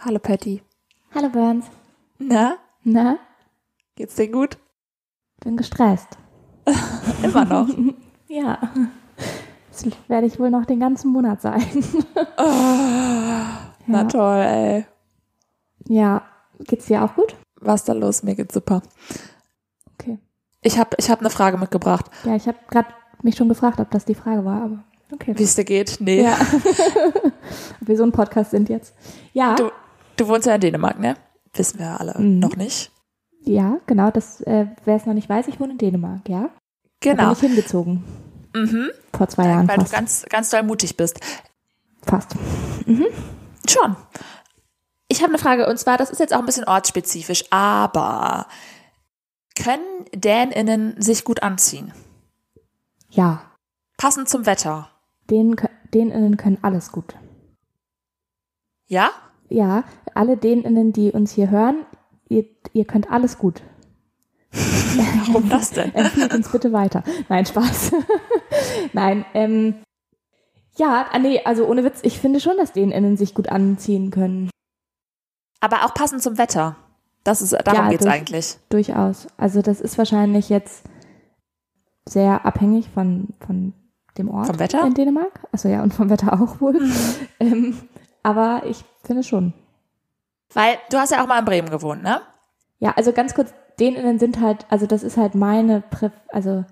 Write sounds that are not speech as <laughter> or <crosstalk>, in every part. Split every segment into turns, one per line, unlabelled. Hallo Patty.
Hallo Burns.
Na,
Na,
geht's dir gut?
bin gestresst.
Immer
<laughs>
noch.
Ja. Das werde ich wohl noch den ganzen Monat
<laughs>
sein.
Na
Ja.
Ah, toll, ey.
Ja, geht's dir auch gut?
Was da los? Mir geht's super.
Okay.
Ich habe ich hab eine Frage mitgebracht.
Ja, ich habe gerade mich schon gefragt, ob das die Frage war, aber okay.
Wie es dir geht? Nee.
Ja. Ob wir so ein Podcast sind jetzt. Ja.
Du, du wohnst ja in Dänemark, ne? Wissen wir alle
Mhm.
noch nicht.
Ja, genau, das, äh, wer es noch nicht weiß, ich wohne in Dänemark, ja? Da
Genau.
bin ich hingezogen.
Mhm.
Vor zwei Jahren
Weil du
fast.
ganz, ganz doll mutig bist.
fast.
Schon. Ich habe eine Frage und zwar, das ist jetzt auch ein bisschen ortsspezifisch, aber können DänInnen sich gut anziehen?
Ja.
Passend zum Wetter.
Denen, kö- denen können alles gut.
Ja?
Ja, alle denen, die uns hier hören, ihr, ihr könnt alles gut.
Warum das
<laughs>
denn?
Empfehlt uns bitte weiter. Nein, Spaß. <laughs> Nein, ähm, ja, ah, nee, also ohne Witz, ich finde schon, dass denen sich gut anziehen können.
Aber auch passend zum Wetter. Das ist, darum
Ja,
geht's
das-
eigentlich.
Durchaus. Also das ist wahrscheinlich jetzt sehr abhängig von, von dem Ort
Vom Wetter? Mhm.
in Dänemark. Achso, ja, und vom Wetter auch wohl. <laughs> ähm, aber ich finde schon.
Weil du hast ja auch mal in Bremen gewohnt, ne?
Ja, also ganz kurz, denen sind halt, also das ist halt meine, Präf also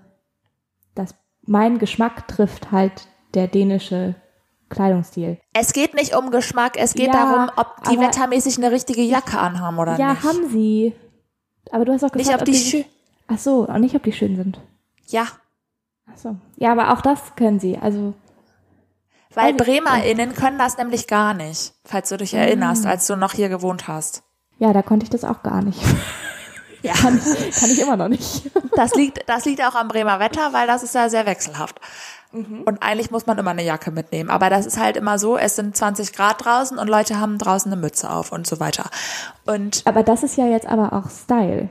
das, mein Geschmack trifft halt der dänische Kleidungsstil.
Es geht nicht um Geschmack, es geht
Ja,
darum, ob die
aber-
wettermäßig eine richtige Jacke anhaben oder
ja,
nicht.
haben sie. Aber du hast auch gefragt,
nicht ob die schön.
Ach so, auch nicht, ob die schön sind.
Ja,
Ach so. Ja, aber auch das können sie. Also
weil
Weiß ich
BremerInnen können das nämlich gar nicht, falls du dich erinnerst,
Mm.
als du noch hier gewohnt hast.
ja, da konnte ich das auch gar nicht.
<laughs> Ja,
Kann, kann ich immer noch nicht.
das liegt, das liegt auch am Bremer Wetter, weil das ist ja sehr wechselhaft.
Mhm.
Und eigentlich muss man immer eine Jacke mitnehmen. Aber das ist halt immer so, es sind 20 Grad draußen und Leute haben draußen eine Mütze auf und so weiter. Und
Aber das ist ja jetzt aber auch Style.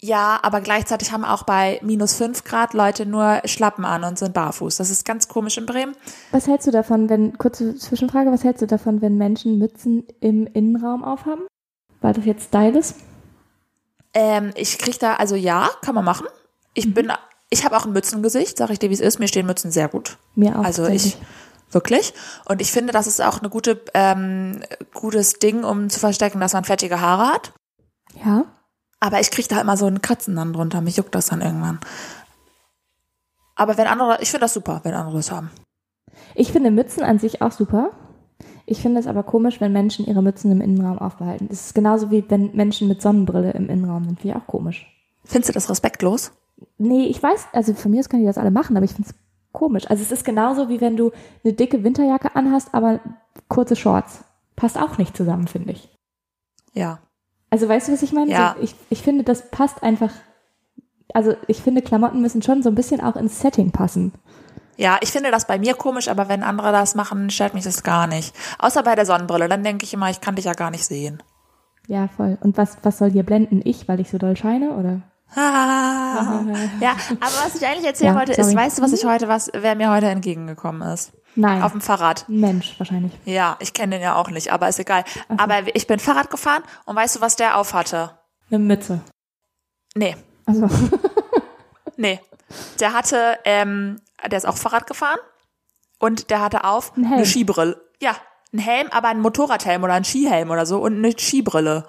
Ja, aber gleichzeitig haben auch bei minus 5 Grad Leute nur Schlappen an und sind barfuß. Das ist ganz komisch in Bremen.
Was hältst du davon, wenn, kurze Zwischenfrage, was hältst du davon, wenn Menschen Mützen im Innenraum aufhaben? Weil das jetzt Style ist?
Ähm, ich krieg da, also ja, kann man machen. Ich bin, ich habe auch ein Mützengesicht, sag ich dir, wie es ist. Mir stehen Mützen sehr gut.
Mir auch.
Also ich
tatsächlich.
wirklich. Und ich finde, das ist auch eine gute, ähm, gutes Ding, um zu verstecken, dass man fettige Haare hat.
Ja.
Aber ich krieg da immer so einen Kratzen dann drunter. Mich juckt das dann irgendwann. Aber wenn andere, ich finde das super, wenn andere das haben.
Ich finde Mützen an sich auch super. Ich finde es aber komisch, wenn Menschen ihre Mützen im Innenraum aufbehalten. Das ist genauso wie wenn Menschen mit Sonnenbrille im Innenraum sind. Finde ich auch komisch.
Findest du das respektlos?
Nee, ich weiß, also von mir aus können die das alle machen, aber ich finde es komisch. Also es ist genauso wie wenn du eine dicke Winterjacke anhast, aber kurze Shorts. Passt auch nicht zusammen, finde ich.
Ja.
Also weißt du, was ich meine?
Ja.
So, ich, ich finde, das passt einfach. Also ich finde, Klamotten müssen schon so ein bisschen auch ins Setting passen.
Ja, ich finde das bei mir komisch, aber wenn andere das machen, stört mich das gar nicht. Außer bei der Sonnenbrille, dann denke ich immer, ich kann dich ja gar nicht sehen. <laughs>
Ja, voll. Und was, was soll hier blenden? Ich, weil ich so doll scheine, oder?
Ah. ja, aber was ich eigentlich erzählen
Ja,
wollte, ist,
sorry. Mhm.
weißt du, was ich heute, was, wer mir heute entgegengekommen ist?
Nein.
Auf dem Fahrrad.
Ein Mensch wahrscheinlich.
Ja, ich kenne den ja auch nicht, aber ist egal. Aber ich bin Fahrrad gefahren und weißt du, was der auf hatte?
Eine Mütze.
Nee,
Also, <laughs>
nee. Der hatte, ähm, der ist auch Fahrrad gefahren und der hatte auf
Ein Helm.
eine Skibrille. Ja, ein Helm, aber ein Motorradhelm oder ein Skihelm oder so und eine Skibrille.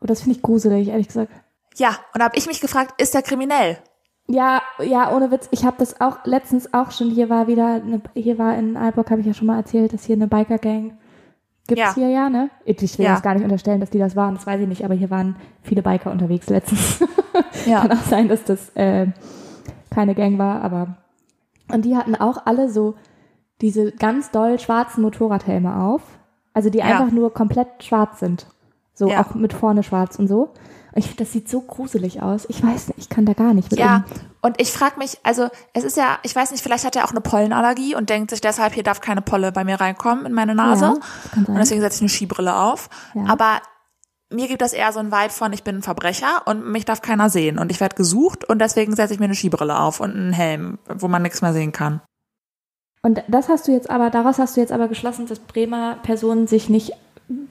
oh, das finde ich gruselig, ehrlich gesagt.
Ja, und da habe ich mich gefragt, ist er kriminell?
Ja, ja, ohne Witz. Ich habe das auch letztens auch schon. Hier war wieder, eine, hier war in Alburg, habe ich ja schon mal erzählt, dass hier eine Biker-Gang gibt's
Ja.
hier ja, ne? Ich will
Ja.
jetzt gar nicht unterstellen, dass die das waren, das weiß ich nicht, aber hier waren viele Biker unterwegs letztens. Kann auch sein, dass das äh, keine Gang war, aber. Und die hatten auch alle so diese ganz doll schwarzen Motorradhelme auf. Also die einfach nur komplett schwarz sind. So
Ja.
auch mit vorne schwarz und so. Und ich finde, das sieht so gruselig aus. Ich weiß nicht, ich kann da gar nicht mit
<laughs> Ja,
um.
und ich frage mich, also es ist ja, ich weiß nicht, vielleicht hat er auch eine Pollenallergie und denkt sich deshalb, hier darf keine Polle bei mir reinkommen in meine Nase.
Ja, das
also,
kann
und
sein.
deswegen setze ich eine Skibrille auf.
Ja.
Aber mir gibt das eher so ein Vibe von, ich bin ein Verbrecher und mich darf keiner sehen. Und ich werde gesucht und deswegen setze ich mir eine Skibrille auf und einen Helm, wo man nichts mehr sehen kann.
Und das hast du jetzt aber, daraus hast du jetzt aber geschlossen, dass Bremer Personen sich nicht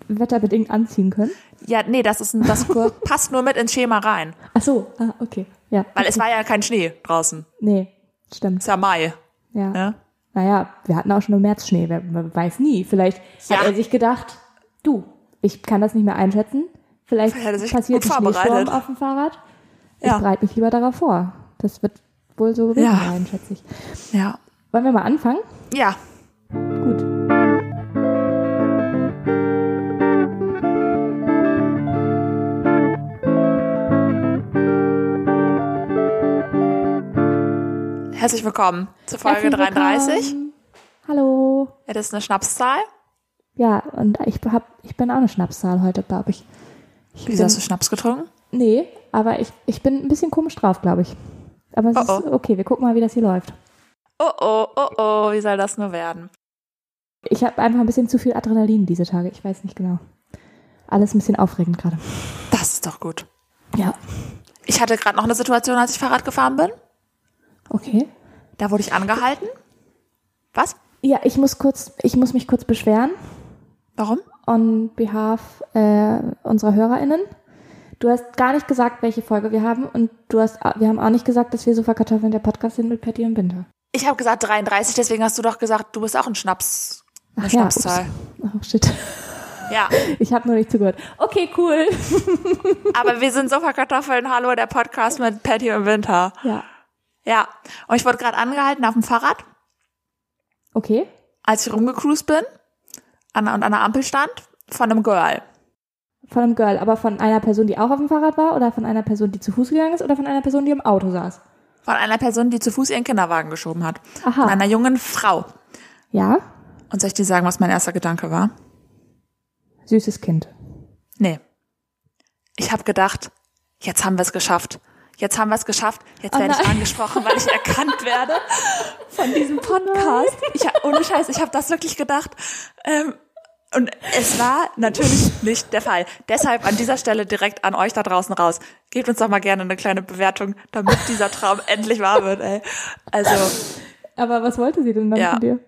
wetterbedingt anziehen können?
Ja, nee, das ist ein, <laughs> das passt nur mit ins Schema rein.
Ach so, ah, okay. Ja.
Weil es war ja kein Schnee draußen.
Nee, stimmt.
Ist ja Mai.
Ja.
Ne?
Naja, wir hatten auch schon im März Schnee, wer, man weiß nie. Vielleicht
Ja.
hat er sich gedacht, du, ich kann das nicht mehr einschätzen. Vielleicht,
Vielleicht hat er sich
passiert
gut
ein Schneesturm
vorbereitet.
auf dem Fahrrad. Ich
Ja.
bereite mich lieber darauf vor. Das wird wohl so gewesen
Ja.
sein, schätze ich.
Ja.
Wollen wir mal anfangen?
Ja.
Gut.
Herzlich willkommen zur Folge
Herzlich
33.
willkommen. Hallo.
Ja, Das ist eine Schnapszahl.
Ja, und ich, hab, ich bin auch eine Schnapszahl heute, glaube ich. ich
Wieso
bin-
hast du Schnaps getrunken?
Nee, aber ich, ich bin ein bisschen komisch drauf, glaube ich. Aber es
Oh,
ist okay, wir gucken mal, wie das hier läuft.
Oh oh, oh oh, wie soll das nur werden?
Ich habe einfach ein bisschen zu viel Adrenalin diese Tage, ich weiß nicht genau. Alles ein bisschen aufregend gerade.
Das ist doch gut.
Ja.
Ich hatte gerade noch eine Situation, als ich Fahrrad gefahren bin.
Okay.
Da wurde ich angehalten. Was?
Ja, ich muss kurz, ich muss mich kurz beschweren
Warum?
on behalf äh, unserer HörerInnen. Du hast gar nicht gesagt, welche Folge wir haben und du hast, wir haben auch nicht gesagt, dass wir so verkartoffeln der Podcast sind mit Patty und Winter.
Ich habe gesagt 33, deswegen hast du doch gesagt, du bist auch ein Schnaps. Eine
Ach ja, ups.
Schnapszahl.
Oh shit. <laughs>
Ja,
Ich habe nur nicht zugehört. Okay, cool.
aber wir sind Sofakartoffeln. Hallo, der Podcast mit Patty und Winter.
Ja.
Ja, und ich wurde gerade angehalten auf dem Fahrrad,
Okay.
als ich rumgecruised bin an, und an der Ampel stand, von einem Girl.
Von einem Girl, aber von einer Person, die auch auf dem Fahrrad war oder von einer Person, die zu Fuß gegangen ist oder von einer Person, die im Auto saß.
Von einer Person, die zu Fuß ihren Kinderwagen geschoben hat. Von
Aha.
einer jungen Frau.
Ja,
Und soll ich dir sagen, was mein erster Gedanke war?
süßes Kind.
Nee. Ich habe gedacht, jetzt haben wir es geschafft. Jetzt haben wir es geschafft. Jetzt
Oh
werde ich
nein.
angesprochen, weil ich erkannt werde
<laughs>
von diesem Podcast. Ich, ohne Scheiß, ich habe das wirklich gedacht. Ähm, und es war natürlich nicht der Fall. Deshalb an dieser Stelle direkt an euch da draußen raus. Gebt uns doch mal gerne eine kleine Bewertung, damit dieser Traum <laughs> endlich wahr wird, ey. Also,
Aber was wollte sie denn dann
Ja.
von dir?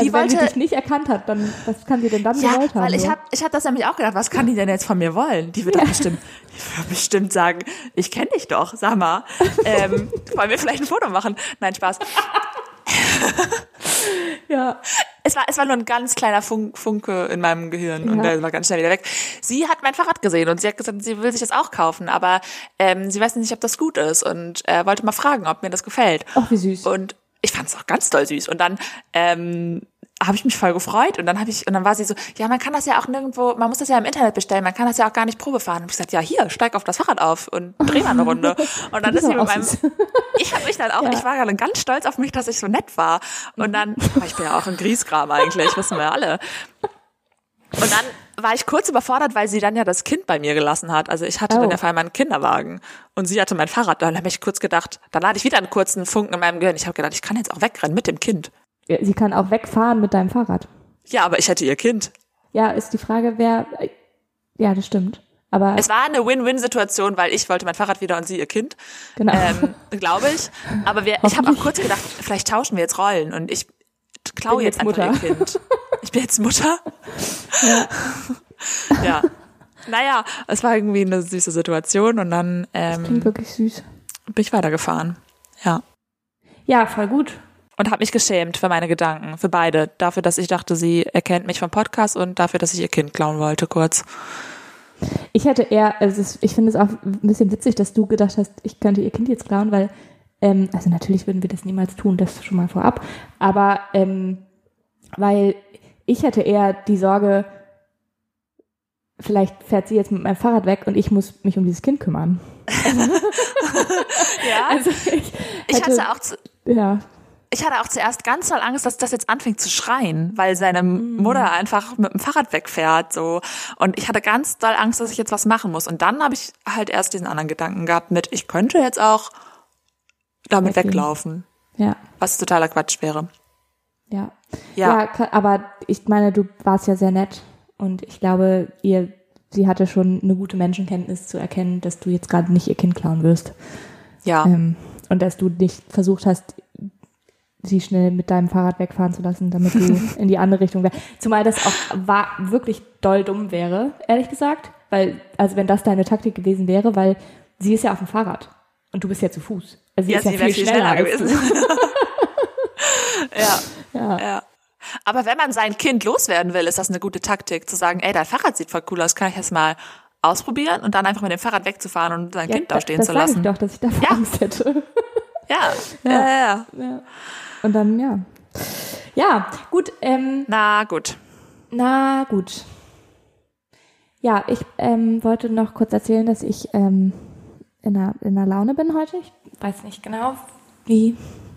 Die
also, wenn sie
wollte-
dich nicht erkannt hat, dann was kann sie denn dann
ja,
gewollt haben?
weil ich
so?
habe ich hab das nämlich auch gedacht, was kann die denn jetzt von mir wollen? Die wird doch bestimmt, die wird bestimmt sagen, ich kenne dich doch, sag mal, ähm,
<laughs>
wollen wir vielleicht ein Foto machen? Nein, Spaß.
ja.
Es war, es war nur ein ganz kleiner Funk, Funke in meinem Gehirn und
Ja.
der war ganz schnell wieder weg. Sie hat mein Fahrrad gesehen und sie hat gesagt, sie will sich das auch kaufen, aber ähm, sie weiß nicht, ob das gut ist und äh, wollte mal fragen, ob mir das gefällt.
Ach, wie süß.
Und ich fand es auch ganz doll süß. Und dann ähm, habe ich mich voll gefreut und dann habe ich und dann war sie so, ja, man kann das ja auch nirgendwo, man muss das ja im Internet bestellen, man kann das ja auch gar nicht Probe fahren. Und ich gesagt, ja, hier, steig auf das Fahrrad auf und dreh mal eine
<laughs>
Runde. Und dann ist
Das ist
sie
aber
mit
auch
meinem
süß.
ich habe mich dann auch,
<laughs> Ja.
ich war gerade ganz stolz auf mich, dass ich so nett war. Und dann, aber ich bin ja auch ein Griesgram eigentlich, wissen wir alle. Und dann war ich kurz überfordert, weil sie dann ja das Kind bei mir gelassen hat. Also ich hatte
Oh.
dann der Fall meinen Kinderwagen und sie hatte mein Fahrrad. Dann habe ich kurz gedacht, dann hatte ich wieder einen kurzen Funken in meinem Gehirn. Ich habe gedacht, ich kann jetzt auch wegrennen mit dem Kind.
Ja, sie kann auch wegfahren mit deinem Fahrrad.
Ja, aber ich hätte ihr Kind.
Ja, ist die Frage, wer. äh, Ja, das stimmt. Aber
Es war eine Win-Win-Situation, weil ich wollte mein Fahrrad wieder und sie ihr Kind.
genau.
Ähm, glaube ich. Aber wir, ich habe auch kurz gedacht, vielleicht tauschen wir jetzt Rollen und ich klaue
Bin
jetzt
jetzt
einfach
Mutter.
ihr Kind. Ich bin jetzt Mutter. <laughs> Ja. Naja, es war irgendwie eine süße Situation und dann ähm,
<laughs> Klingt wirklich süß.
bin ich weitergefahren. Ja.
Ja, voll gut.
Und habe mich geschämt für meine Gedanken, für beide. Dafür, dass ich dachte, sie erkennt mich vom Podcast und dafür, dass ich ihr Kind klauen wollte, kurz.
Ich hätte eher, also es ist, ich finde es auch ein bisschen witzig, dass du gedacht hast, ich könnte ihr Kind jetzt klauen, weil, ähm, also natürlich würden wir das niemals tun, das schon mal vorab, aber ähm, weil ich hätte eher die Sorge, vielleicht fährt sie jetzt mit meinem Fahrrad weg und ich muss mich um dieses Kind
<laughs>
kümmern.
Ja,
Also <laughs> ich,
ich
hätte-
hatte auch zu,
ja,
ich hatte auch zuerst ganz doll Angst, dass das jetzt anfängt zu schreien, weil seine
Mhm.
Mutter einfach mit dem Fahrrad wegfährt so und ich hatte ganz doll Angst, dass ich jetzt was machen muss und dann habe ich halt erst diesen anderen Gedanken gehabt mit ich könnte jetzt auch damit
Weggehen.
weglaufen,
ja,
was totaler Quatsch wäre.
ja.
Ja.
klar, aber ich meine, du warst ja sehr nett und ich glaube, ihr, sie hatte schon eine gute Menschenkenntnis zu erkennen, dass du jetzt gerade nicht ihr Kind klauen wirst.
Ja,
Ähm, und dass du nicht versucht hast, sie schnell mit deinem Fahrrad wegfahren zu lassen, damit
<laughs>
du in die andere Richtung wärst. Zumal das auch war, wirklich doll dumm wäre, ehrlich gesagt. Weil, also wenn das deine Taktik gewesen wäre, weil sie ist ja auf dem Fahrrad und du bist ja zu Fuß. Also sie
Ja,
ist ja
sie
viel,
wäre viel
schneller,
schneller
gewesen. Als <laughs>
Ja.
du. Ja.
Ja. Aber wenn man sein Kind loswerden will, ist das eine gute Taktik, zu sagen, ey, dein Fahrrad sieht voll cool aus, kann ich das mal ausprobieren und dann einfach mit dem Fahrrad wegzufahren und sein
Ja,
Kind da stehen
das
zu
sag
lassen.
Ich doch, dass ich davor
Ja.
Angst hätte.
Ja. Ja. ja, ja.
Ja. Und dann, ja. Ja, gut, ähm,
Na gut.
na gut. Ja, ich ähm, wollte noch kurz erzählen, dass ich ähm, in, einer, in einer Laune bin heute. Ich weiß nicht genau, wie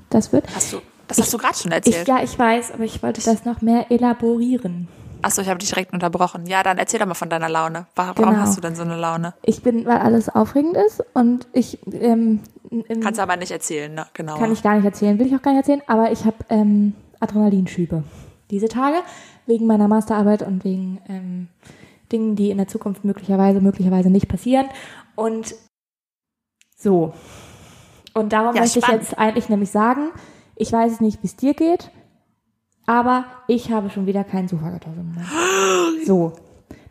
das wird.
Hast du, das hast du gerade schon
Ich,
erzählt.
ja, ich weiß, aber ich wollte das noch mehr elaborieren.
Achso, ich habe dich direkt unterbrochen. Ja, dann erzähl doch mal von deiner Laune. Warum
Genau.
hast du denn so eine Laune?
Ich bin, weil alles aufregend ist und ich ähm, im,
Kannst du aber nicht erzählen, ne? Genau.
Kann ich gar nicht erzählen, will ich auch gar nicht erzählen, aber ich habe ähm, Adrenalinschübe diese Tage wegen meiner Masterarbeit und wegen ähm, Dingen, die in der Zukunft möglicherweise, möglicherweise nicht passieren. Und so. Und darum
Ja,
möchte
spannend.
ich jetzt eigentlich nämlich sagen, ich weiß nicht, wie es dir geht, aber ich habe schon wieder keinen Sofakartoffeln mehr. So.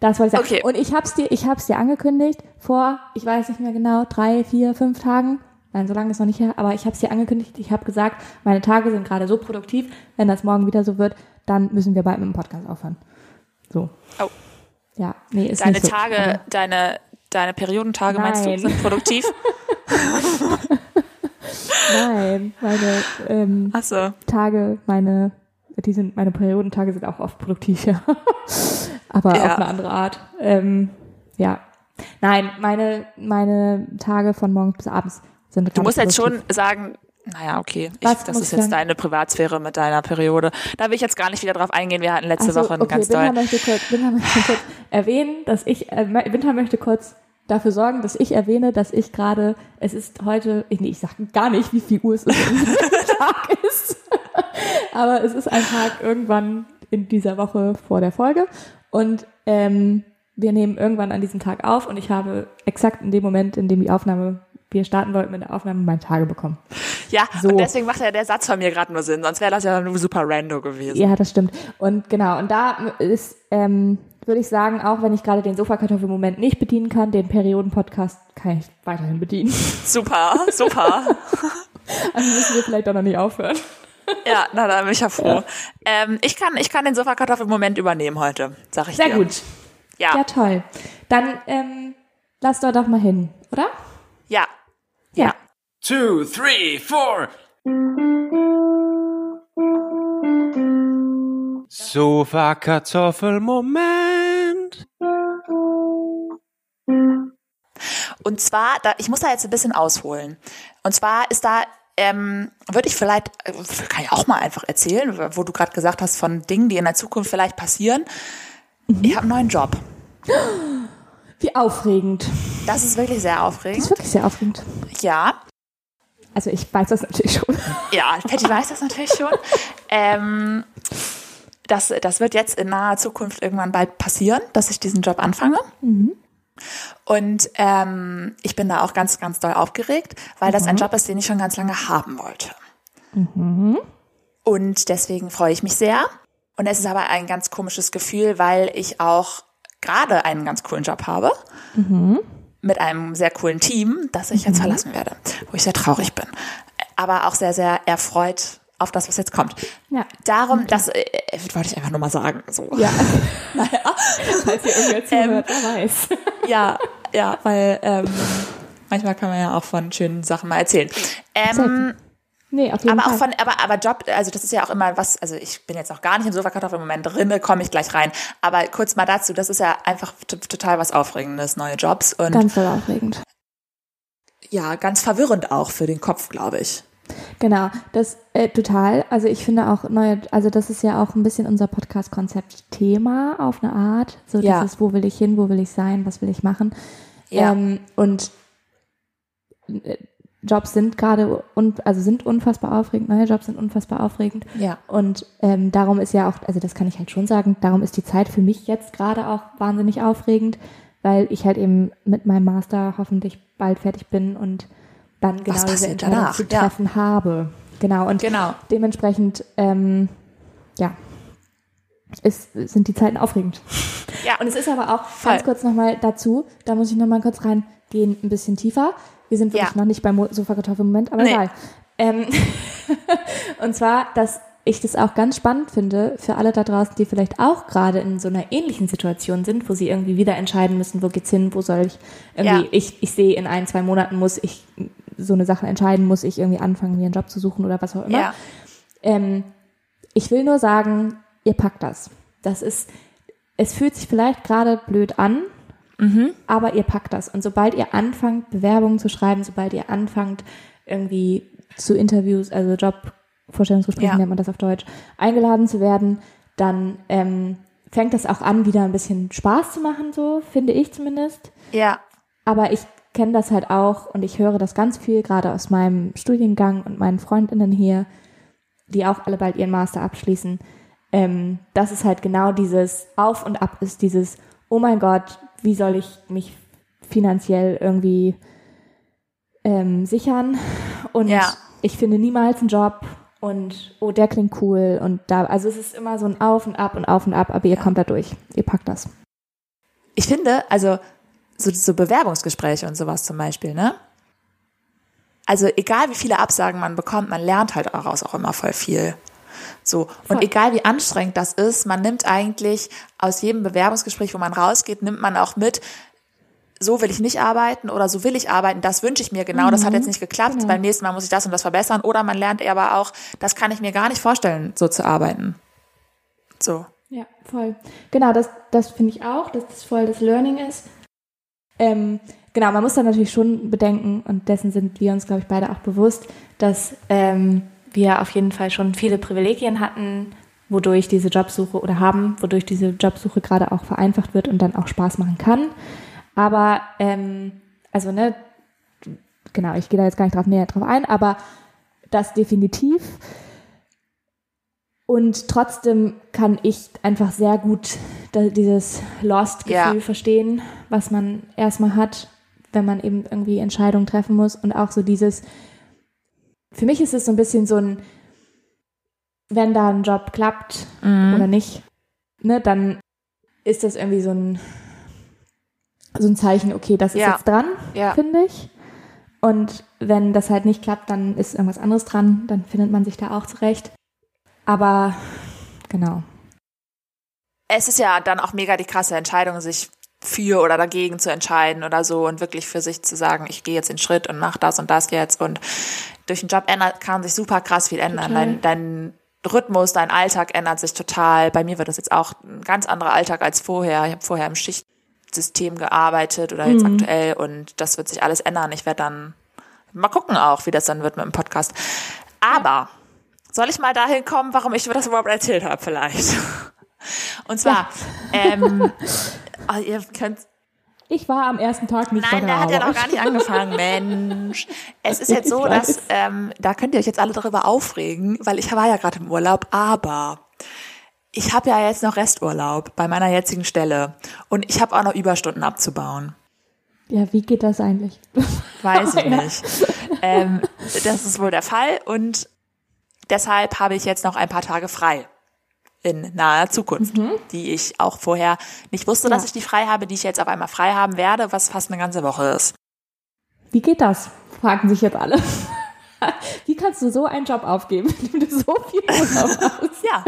Das wollte ich sagen.
Okay.
Und ich hab's dir, ich hab's dir angekündigt vor, ich weiß nicht mehr genau, drei, vier, fünf Tagen. Nein, so lange ist noch nicht her, aber ich hab's dir angekündigt. Ich habe gesagt, meine Tage sind gerade so produktiv. Wenn das morgen wieder so wird, dann müssen wir bald mit dem Podcast aufhören. So.
Oh.
Ja, nee, ist
deine
nicht so.
Tage, deine, deine Periodentage, meinst du,
Nein.
sind
<laughs>
produktiv?
Nein, meine ähm,
Achso.
Tage, meine, die sind, meine Periodentage sind auch oft produktiv, ja. <laughs> Aber
Ja.
auf eine andere Art. Ähm, ja. Nein, meine, meine Tage von morgens bis abends sind
Du musst jetzt schon sagen, naja, okay, ich,
Was
das
muss
ist
ich
jetzt
sagen?
deine Privatsphäre mit deiner Periode. Da will ich jetzt gar nicht wieder drauf eingehen. Wir hatten letzte
Ach so,
Woche einen
Also, okay,
ganz
Winter
doll.
möchte, kurz, Winter möchte
<laughs>
kurz erwähnen, dass ich, äh, me- Winter möchte kurz dafür sorgen, dass ich erwähne, dass ich gerade, es ist heute, ich, nee, ich sag gar nicht, wie viel Uhr es ist, <laughs> Tag ist, <laughs> aber es ist ein Tag irgendwann in dieser Woche vor der Folge und ähm, wir nehmen irgendwann an diesem Tag auf und ich habe exakt in dem Moment, in dem die Aufnahme, wir starten wollten mit der Aufnahme, meine Tage bekommen.
Ja,
So.
und deswegen macht ja der Satz von mir gerade nur Sinn, sonst wäre das ja nur super rando gewesen.
Ja, das stimmt. Und genau, und da ist, ähm, würde ich sagen, auch wenn ich gerade den Sofakartoffel-Moment nicht bedienen kann, den Perioden-Podcast kann ich weiterhin bedienen. <laughs>
Super, super.
Also müssen wir vielleicht auch noch nicht aufhören.
ja, na, da bin ich ja froh. Ähm, ich kann, ich kann den Sofakartoffel-Moment übernehmen heute, sag ich
Sehr
dir.
gut.
Ja,
Ja,
ja.
toll. Dann ähm, lass doch doch mal hin, oder?
ja.
Ja.
two, three, four. Sofa Kartoffelmoment.
Und zwar, da, ich muss da jetzt ein bisschen ausholen. Und zwar ist da, ähm, würde ich vielleicht, äh, kann ich auch mal einfach erzählen, wo du gerade gesagt hast von Dingen, die in der Zukunft vielleicht passieren. Ich habe einen neuen Job.
Wie aufregend.
Das ist wirklich sehr
Das
aufregend.
ist wirklich sehr aufregend.
Ja,
Also ich weiß das natürlich
<laughs>
schon.
ja, Patty weiß das natürlich schon. Ähm, das, das wird jetzt in naher Zukunft irgendwann bald passieren, dass ich diesen Job anfange. Und ähm, ich bin da auch ganz, ganz doll aufgeregt, weil das ein Job ist, den ich schon ganz lange haben wollte. Und deswegen freue ich mich sehr. Und es ist aber ein ganz komisches Gefühl, weil ich auch gerade einen ganz coolen Job habe. Mit einem sehr coolen Team, das ich jetzt verlassen werde, wo ich sehr traurig bin. Aber auch sehr, sehr erfreut auf das, was jetzt kommt.
Ja.
Darum, das äh, äh, wollte ich einfach nur mal sagen. So. <laughs>
Mhm. Ja. Falls ihr
Ähm,
irgendwer zuhört, wer
<laughs>
weiß.
ja, ja, weil ähm, manchmal kann man ja auch von schönen Sachen mal erzählen. Ähm,
Nee, auf jeden
aber auch
Fall.
von, aber, aber Job, also das ist ja auch immer was, also ich bin jetzt noch gar nicht im Sofakartoffel im Moment drinne, komme ich gleich rein. Aber kurz mal dazu, das ist ja einfach t- total was Aufregendes, neue Jobs und
Ganz voll aufregend.
ja, ganz verwirrend auch für den Kopf, glaube ich.
Genau, das äh, total. Also ich finde auch neue, also das ist ja auch ein bisschen unser Podcast-Konzept Thema auf eine Art. So
Ja.
dieses, wo will ich hin, wo will ich sein, was will ich machen.
Ja.
Ähm, und äh, Jobs sind gerade un, also sind unfassbar aufregend, neue Jobs sind unfassbar aufregend.
Ja.
Und ähm, darum ist ja auch, also das kann ich halt schon sagen, darum ist die Zeit für mich jetzt gerade auch wahnsinnig aufregend, weil ich halt eben mit meinem Master hoffentlich bald fertig bin und dann genau diese
passiert
Entscheidung
danach?
zu
Ja.
treffen habe. genau. Und
Genau.
dementsprechend, ähm, ja, ist, sind die Zeiten aufregend.
Ja.
Und es ist aber auch,
Voll.
ganz kurz nochmal dazu, da muss ich nochmal kurz reingehen, ein bisschen tiefer. Wir sind wirklich
Ja.
noch nicht beim Mo- Sofakartoffel im Moment, aber
Nee.
egal. Ähm, <laughs> und zwar, dass ich das auch ganz spannend finde für alle da draußen, die vielleicht auch gerade in so einer ähnlichen Situation sind, wo sie irgendwie wieder entscheiden müssen, wo geht's hin, wo soll ich irgendwie,
Ja.
ich, ich sehe in ein, zwei Monaten muss ich so eine Sache entscheiden, muss ich irgendwie anfangen, mir einen Job zu suchen oder was auch immer.
ja.
Ähm, ich will nur sagen, ihr packt das. Das ist, es fühlt sich vielleicht gerade blöd an, aber ihr packt das. Und sobald ihr anfangt, Bewerbungen zu schreiben, sobald ihr anfangt, irgendwie zu Interviews, also Jobvorstellungsgesprächen
Ja.
nennt man das auf Deutsch, eingeladen zu werden, dann ähm, fängt das auch an, wieder ein bisschen Spaß zu machen, so finde ich zumindest.
Ja.
Aber ich kenne das halt auch und ich höre das ganz viel, gerade aus meinem Studiengang und meinen Freundinnen hier, die auch alle bald ihren Master abschließen, ähm, dass es halt genau dieses Auf und Ab ist, dieses, oh mein Gott, wie soll ich mich finanziell irgendwie ähm, sichern? Und
Ja.
ich finde niemals einen Job und oh, der klingt cool und da, also es ist immer so ein Auf und Ab und Auf und Ab, aber ihr kommt da durch, ihr packt das.
Ich finde, also so, so Bewerbungsgespräche und sowas zum Beispiel, ne? Also egal wie viele Absagen man bekommt, man lernt halt daraus auch immer voll viel. So. Und
Voll.
egal wie anstrengend das ist, man nimmt eigentlich aus jedem Bewerbungsgespräch, wo man rausgeht, nimmt man auch mit, so will ich nicht arbeiten oder so will ich arbeiten, das wünsche ich mir genau, das hat jetzt nicht geklappt, beim nächsten Mal muss ich das und das verbessern oder man lernt aber auch, das kann ich mir gar nicht vorstellen, so zu arbeiten. So.
Ja, voll. Genau, das, das finde ich auch, dass das voll das Learning ist. Ähm, genau, man muss dann natürlich schon bedenken, und dessen sind wir uns, glaube ich, beide auch bewusst, dass ähm, wir auf jeden Fall schon viele Privilegien hatten, wodurch diese Jobsuche oder haben, wodurch diese Jobsuche gerade auch vereinfacht wird und dann auch Spaß machen kann. Aber, ähm, also, ne, genau, ich gehe da jetzt gar nicht drauf näher drauf ein, aber das definitiv. Und trotzdem kann ich einfach sehr gut da- dieses Lost-Gefühl
Ja.
verstehen, was man erstmal hat, wenn man eben irgendwie Entscheidungen treffen muss. Und auch so dieses, für mich ist es so ein bisschen so ein, wenn da ein Job klappt
Mhm.
oder nicht, ne, dann ist das irgendwie so ein, so ein Zeichen, okay, das ist
Ja.
jetzt dran,
Ja.
finde ich. Und wenn das halt nicht klappt, dann ist irgendwas anderes dran, dann findet man sich da auch zurecht. Aber genau.
es ist ja dann auch mega die krasse Entscheidung, sich für oder dagegen zu entscheiden oder so und wirklich für sich zu sagen, ich gehe jetzt den Schritt und mache das und das jetzt und durch den Job ändert, kann sich super krass viel ändern.
Total.
Dein, dein Rhythmus, dein Alltag ändert sich total. Bei mir wird das jetzt auch ein ganz anderer Alltag als vorher. Ich habe vorher im Schichtsystem gearbeitet oder jetzt aktuell und das wird sich alles ändern. Ich werde dann mal gucken auch, wie das dann wird mit dem Podcast. Aber soll ich mal dahin kommen, warum ich das überhaupt erzählt habe vielleicht? Und zwar, <laughs> ähm, oh, ihr könnt,
Ich war am ersten Tag nicht bei
nein,
der
der hat ja
Arbeit.
noch gar nicht angefangen, Mensch. Es <laughs> ist jetzt so,
Ich weiß.
dass, ähm, da könnt ihr euch jetzt alle darüber aufregen, weil ich war ja gerade im Urlaub, aber ich habe ja jetzt noch Resturlaub bei meiner jetzigen Stelle und ich habe auch noch Überstunden abzubauen.
Ja, wie geht das eigentlich?
Weiß ich
Ja.
nicht. Ähm, das ist wohl der Fall und deshalb habe ich jetzt noch ein paar Tage frei in naher Zukunft, die ich auch vorher nicht wusste, dass
Mhm. Ja.
ich die frei habe, die ich jetzt auf einmal frei haben werde, was fast eine ganze Woche ist.
Wie geht das? Fragen sich jetzt alle. <laughs> Wie kannst du so einen Job aufgeben, <laughs> wenn du so viel
<laughs>
Urlaub hast? <laughs>
Ja,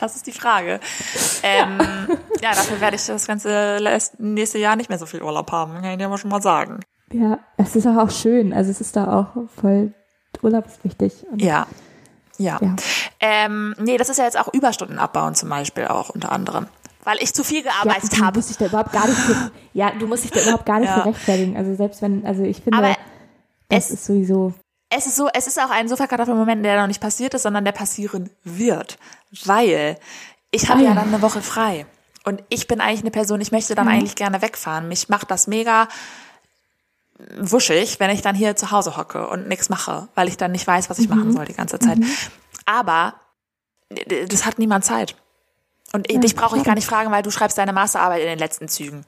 das ist die Frage. Ähm, ja. dafür werde ich das ganze les- nächste Jahr nicht mehr so viel Urlaub haben, kann ich dir mal schon mal sagen.
Ja, es ist auch schön. Also es ist da auch voll Urlaub ist wichtig. Und
Ja. Ja.
Ja.
Ähm, nee, das ist ja jetzt auch Überstunden abbauen zum Beispiel auch unter anderem. Weil ich zu viel gearbeitet
du
habe.
musst dich da überhaupt gar
<gasps>
nicht für, ja, du musst dich da überhaupt gar nicht
Ja.
für rechtfertigen. Also selbst wenn, also ich finde,
Aber
das
es-
ist sowieso
es ist so, es ist auch ein Sofakartoffelmoment, der noch nicht passiert ist, sondern der passieren wird, weil ich habe
Ah, Mhm.
ja.
ja.
dann eine Woche frei und ich bin eigentlich eine Person, ich möchte dann eigentlich gerne wegfahren. Mich macht das mega wuschig, wenn ich dann hier zu Hause hocke und nichts mache, weil ich dann nicht weiß,
Mhm.
was ich machen soll die ganze Zeit. Aber d- das hat niemand Zeit. Und ich- dich brauche ich gar nicht fragen, weil du schreibst deine Masterarbeit in den letzten Zügen.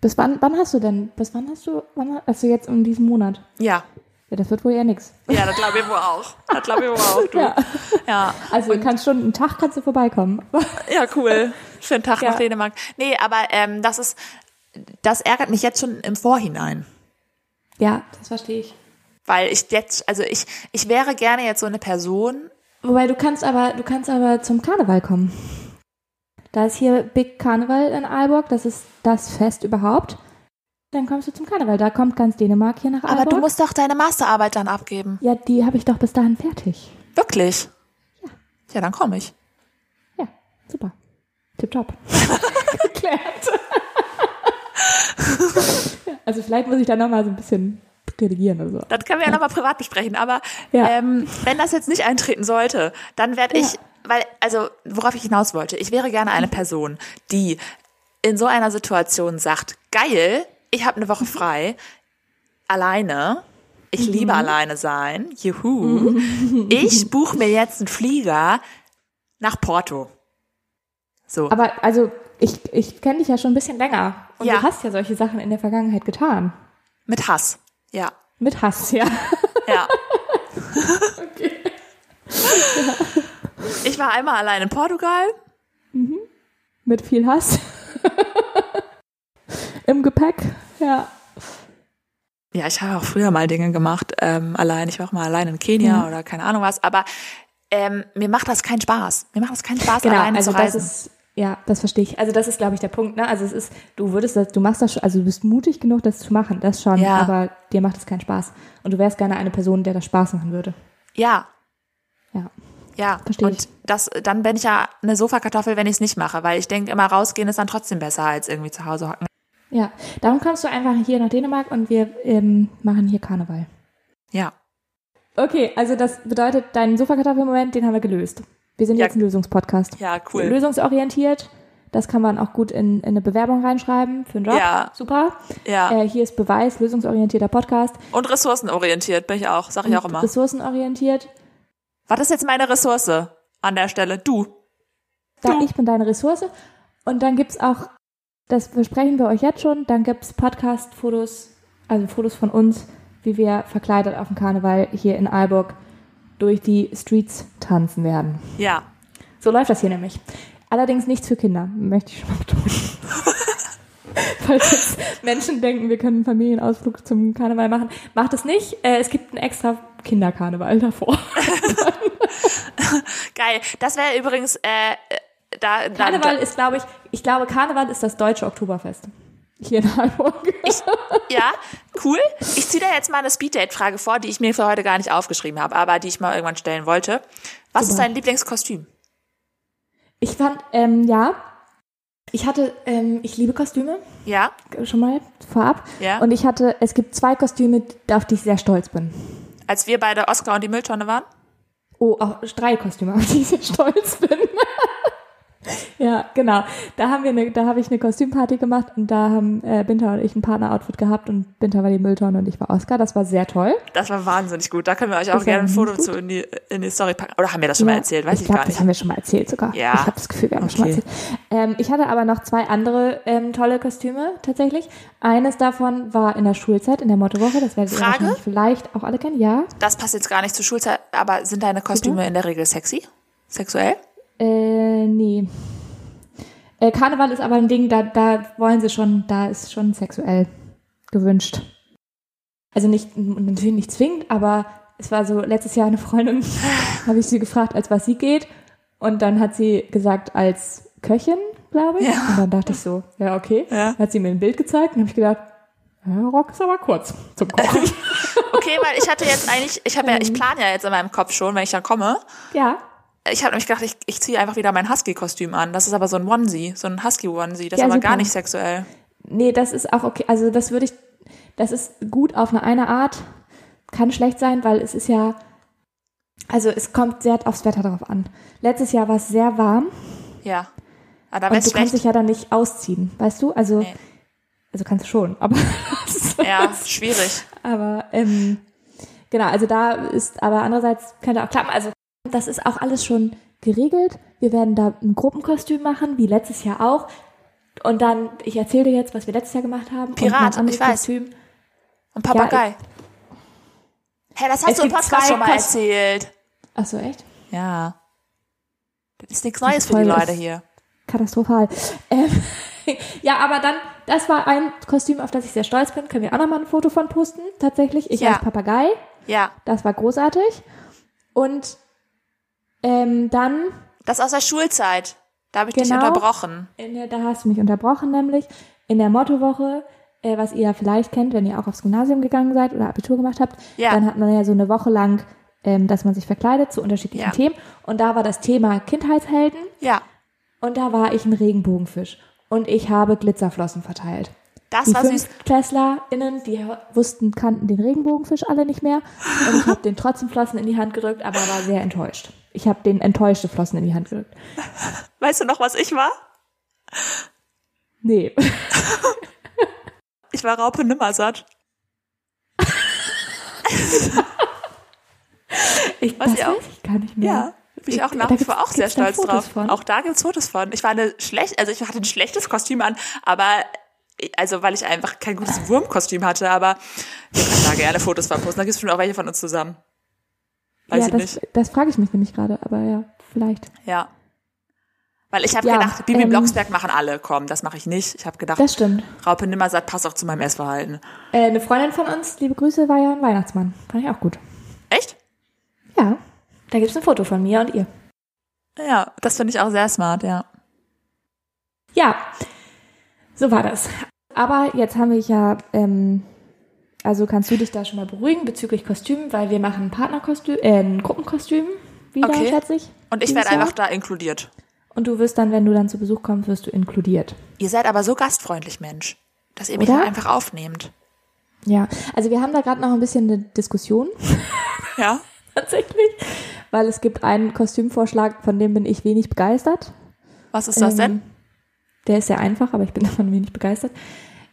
Bis wann, wann hast du denn? Bis wann hast du? Wann, also jetzt in diesem um Monat?
Ja,
Ja, das wird wohl eher nix.
Ja, das glaube ich wohl auch. Das glaube ich wohl auch, du.
<laughs> Ja.
Ja, ja.
Also du kannst schon einen Tag kannst du vorbeikommen. <laughs>
cool. Schönen Tag
Ja.
nach Dänemark. Nee, aber ähm, das ist, das ärgert mich jetzt schon im Vorhinein.
Ja, das verstehe ich.
Weil ich jetzt, also ich, ich wäre gerne jetzt so eine Person.
Wobei du kannst aber, du kannst aber zum Karneval kommen. Da ist hier Big Karneval in Aalborg, das ist das Fest überhaupt. Dann kommst du zum Karneval. Da kommt ganz Dänemark hier nach Aalborg.
Aber du musst doch deine Masterarbeit dann abgeben.
ja, die habe ich doch bis dahin fertig.
Wirklich? Ja, dann komme ich.
Ja, super. Tipptopp. Geklärt. Ja, also vielleicht muss ich da nochmal so ein bisschen redigieren oder so.
Das können wir ja nochmal privat besprechen. Aber
Ja.
ähm, wenn das jetzt nicht eintreten sollte, dann werde ich, weil, also worauf ich hinaus wollte, ich wäre gerne eine Person, die in so einer Situation sagt, geil, ich habe eine Woche frei, alleine, ich liebe alleine sein, juhu, ich buche mir jetzt einen Flieger nach Porto. So.
Aber also ich, ich kenne dich ja schon ein bisschen länger. Und
Ja.
du hast ja solche Sachen in der Vergangenheit getan.
Mit Hass. Ja.
Mit Hass, ja.
Ja. Ich war einmal allein in Portugal.
Mit viel Hass. <laughs> Im Gepäck, ja.
Ja, ich habe auch früher mal Dinge gemacht, ähm, allein. Ich war auch mal allein in Kenia
Ja.
oder keine Ahnung was. Aber ähm, mir macht das keinen Spaß. Mir macht das keinen Spaß,
Genau,
alleine
also
zu
das
reisen.
ist, ja, das verstehe ich. Also das ist, glaube ich, der Punkt, ne? Also es ist, du würdest das, du machst das schon, also du bist mutig genug, das zu machen, das schon,
Ja.
aber dir macht es keinen Spaß. Und du wärst gerne eine Person, der das Spaß machen würde.
ja,
Ja.
ja.
Verstehe ich.
Und das, dann bin ich ja eine Sofakartoffel, wenn ich es nicht mache, weil ich denke, immer rausgehen ist dann trotzdem besser als irgendwie zu Hause hocken.
Ja. Darum kommst du einfach hier nach Dänemark und wir ähm, machen hier Karneval.
Ja.
Okay, also das bedeutet, deinen Sofakartoffelmoment, den haben wir gelöst. Wir sind
Ja.
jetzt ein Lösungspodcast.
Ja,
Lösungsorientiert. Das kann man auch gut in, in eine Bewerbung reinschreiben für einen Job.
Ja.
Super.
Ja.
Äh, hier ist Beweis, lösungsorientierter Podcast.
Und ressourcenorientiert bin ich auch, sag ich auch immer.
Ressourcenorientiert.
Was ist jetzt meine Ressource an der Stelle? Du.
Da,
Du.
ich bin deine Ressource. Und dann gibt's auch, das versprechen wir euch jetzt schon, dann gibt's Podcast-Fotos, also Fotos von uns, wie wir verkleidet auf dem Karneval hier in Aalborg durch die Streets tanzen werden.
Ja.
So läuft das hier nämlich. Allerdings nichts für Kinder, möchte ich schon mal betonen.
<laughs>
Falls jetzt Menschen denken, wir können einen Familienausflug zum Karneval machen, macht es nicht. Äh, Es gibt einen extra Kinderkarneval davor.
Geil. Das wäre übrigens, äh, äh, da, da,
Karneval
da
ist, glaube ich, ich glaube, Karneval ist das deutsche Oktoberfest. Hier in Hamburg.
ja, cool. Ich ziehe da jetzt mal eine Speeddate-Frage vor, die ich mir für heute gar nicht aufgeschrieben habe, aber die ich mal irgendwann stellen wollte. Was ist
Super.
dein Lieblingskostüm?
Ich fand, ähm, ja, ich hatte, ähm, ich liebe Kostüme,
Ja,
schon mal vorab.
Ja.
Und ich hatte, es gibt zwei Kostüme, auf die ich sehr stolz bin.
als wir beide Oscar und die Mülltonne waren.
Oh, auch drei Kostüme, <laughs> auf die ich sehr stolz bin. <laughs> ja, genau. Da haben wir eine, da habe ich eine Kostümparty gemacht und da haben äh, Binta und ich ein Partneroutfit gehabt und Binta war die Mülltonne und ich war Oscar. Das war sehr toll.
Das war wahnsinnig gut. Da können wir euch auch
Das war
gerne ein Foto
gut.
zu in die, in die Story packen. Oder haben wir das schon mal
Ja,
erzählt? Weiß ich,
glaub,
gar
Das
nicht.
haben wir schon mal erzählt sogar.
Ja.
Ich habe das Gefühl, wir haben das schon mal
Okay.
erzählt. Ähm, ich hatte aber noch zwei andere ähm, tolle Kostüme tatsächlich. Eines davon war in der Schulzeit, in der Mottowoche. Das werdet ihr
Frage?
wahrscheinlich vielleicht auch alle kennen. Ja.
Das passt jetzt gar nicht zur Schulzeit, aber sind deine Kostüme in der Regel sexy? Sexuell?
Äh, nee. Äh, Karneval ist aber ein Ding, da, da wollen sie schon, da ist schon sexuell gewünscht. Also nicht, natürlich nicht zwingend, aber es war so, letztes Jahr
<laughs>
eine Freundin, habe ich sie gefragt, als was sie geht. Und dann hat sie gesagt, als Köchin, glaube ich.
Ja.
Und dann dachte ich so, ja, okay.
Ja.
Hat sie mir ein Bild gezeigt und habe ich gedacht, ja, Rock ist aber kurz zum Kochen.
<laughs> Okay, weil ich hatte jetzt eigentlich, ich habe ja,
Mhm.
ich plane ja jetzt in meinem Kopf schon, wenn ich dann komme,
ja.
Ich habe nämlich gedacht, ich, ich ziehe einfach wieder mein Husky-Kostüm an. Das ist aber so ein Onesie, so ein Husky-Onesie. Das ist
Ja,
aber gar
super.
nicht sexuell.
Nee, das ist auch okay. Also das würde ich, das ist gut auf eine, eine Art, kann schlecht sein, weil es ist ja, also es kommt sehr aufs Wetter drauf an. Letztes Jahr war es sehr warm
Ja. Aber da
und
wäre
du kannst
schlecht.
dich ja dann nicht ausziehen, weißt du? Also,
Nee.
also kannst du schon, aber, <laughs>
Ja, schwierig.
aber ähm, genau, also da ist, aber andererseits könnte auch klappen. Also das ist auch alles schon geregelt. Wir werden da ein Gruppenkostüm machen, wie letztes Jahr auch. Und dann, ich erzähle dir jetzt, was wir letztes Jahr gemacht haben. und
Pirat,
mein anderes
ich weiß.
Kostüm,
Und Papagei. Hey, das hast
Es
du im
gibt
Podcast
zwei
schon mal
Post-
erzählt.
Ach so, echt?
Ja. Das ist nichts Neues für die
Voll
Leute
ist-
hier.
Katastrophal. Ähm, <laughs> ja, aber dann, das war ein Kostüm, auf das ich sehr stolz bin. Können wir auch nochmal ein Foto von posten? Tatsächlich. Ich
Ja.
als Papagei.
Ja.
Das war großartig. Und ähm, dann,
Das aus der Schulzeit. Da habe ich dich
Genau.
unterbrochen.
in der, da hast du mich unterbrochen, nämlich in der Mottowoche, äh, was ihr ja vielleicht kennt, wenn ihr auch aufs Gymnasium gegangen seid oder Abitur gemacht habt,
Ja.
dann hat man ja so eine Woche lang, ähm, dass man sich verkleidet zu unterschiedlichen
Ja.
Themen. Und da war das Thema Kindheitshelden
Ja.
und da war ich ein Regenbogenfisch. Und ich habe Glitzerflossen verteilt.
Das
Die
war süß.
FünftklässlerInnen, die wussten, kannten den Regenbogenfisch alle nicht mehr. Und ich habe den trotzdem Flossen in die Hand gedrückt, aber war sehr enttäuscht. Ich habe den enttäuschte Flossen in die Hand gedrückt.
Weißt du noch, was ich war?
Nee.
Ich war Raupe Nimmersatt.
Ich,
Weiß
das
ich auch.
weiß ich gar nicht mehr.
Ja. Bin ich auch
Mhm. Da
nach wie
gibt's-
vor auch sehr
gibt's da
stolz
Fotos
drauf.
von?
Auch da gibt's Fotos von. Ich war eine schlecht, also ich hatte ein schlechtes Kostüm an, aber also weil ich einfach kein
Ah.
gutes Wurmkostüm hatte, aber ich kann da gerne Fotos von posten. Da gibt's bestimmt auch welche von uns zusammen. Weiß
ja,
ich
das,
nicht.
das frage ich mich nämlich gerade, aber ja, vielleicht.
Ja. Weil ich habe
Ja,
gedacht, Bibi
ähm,
Blocksberg machen alle, komm, das mache ich nicht. Ich habe gedacht,
Das stimmt.
Raupe Nimmersatt passt auch zu meinem Essverhalten.
Äh, eine Freundin von uns, liebe Grüße, war ja ein Weihnachtsmann. Fand ich auch gut.
Echt?
Ja. Da gibt es ein Foto von mir und ihr.
Ja, das finde ich auch sehr smart, ja.
Ja, so war das. Aber jetzt haben wir ja, ähm, also kannst du dich da schon mal beruhigen bezüglich Kostümen, weil wir machen ein Partnerkostüm, äh, ein Gruppenkostüm wieder,
Okay.
schätze ich.
Und ich
dieses
werde einfach da
Jahr.
inkludiert.
Und du wirst dann, wenn du dann zu Besuch kommst, wirst du inkludiert.
Ihr seid aber so gastfreundlich, Mensch, dass ihr mich
Oder?
da einfach aufnehmt.
Ja, also wir haben da gerade noch ein bisschen eine Diskussion. <laughs>
Ja?
tatsächlich. Weil es gibt einen Kostümvorschlag, von dem bin ich wenig begeistert.
Was ist das
Ähm,
denn?
Der ist sehr einfach, aber ich bin <laughs> davon wenig begeistert.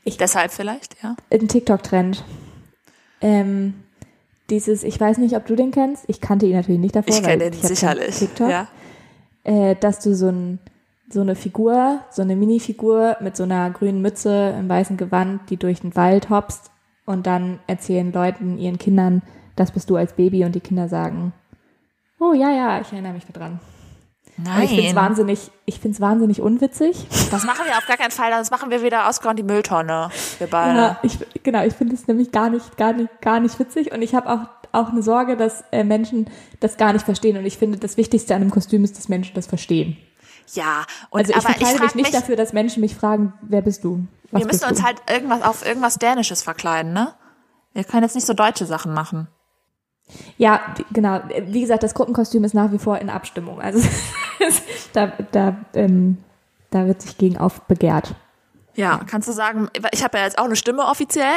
Deshalb vielleicht, ja.
Ein TikTok-Trend. Ähm, dieses, ich weiß nicht, ob du den kennst. Ich kannte ihn natürlich nicht davor.
Ich kenne
weil
den
hab kein
sicherlich.
TikTok.
Ja.
Äh, dass du so, ein, so eine Figur, so eine Minifigur mit so einer grünen Mütze im weißen Gewand, die durch den Wald hopst und dann erzählen Leuten, ihren Kindern, das bist du als Baby und die Kinder sagen, oh ja, ja, ich erinnere mich daran. Und
Nein.
Ich finde es wahnsinnig, ich find's wahnsinnig unwitzig.
das machen wir auf gar keinen Fall, das machen wir wieder Oscar und die Mülltonne. Wir beide.
Ja, ich, genau, ich finde es nämlich gar nicht, gar nicht, gar nicht witzig und ich habe auch, auch eine Sorge, dass äh, Menschen das gar nicht verstehen und ich finde, das Wichtigste an einem Kostüm ist, dass Menschen das verstehen.
Ja, und
Also ich
aber ich
verkleide mich
frage
nicht
mich,
dafür, dass Menschen mich fragen, wer bist du? Was
wir müssen
bist
uns
du?
halt irgendwas auf irgendwas Dänisches verkleiden, ne? Wir können jetzt nicht so deutsche Sachen machen.
Ja, die- genau. Wie gesagt, das Gruppenkostüm ist nach wie vor in Abstimmung. Also <laughs> da, da, ähm, da wird sich gegen aufbegehrt.
Ja, kannst du sagen, ich habe ja jetzt auch eine Stimme offiziell,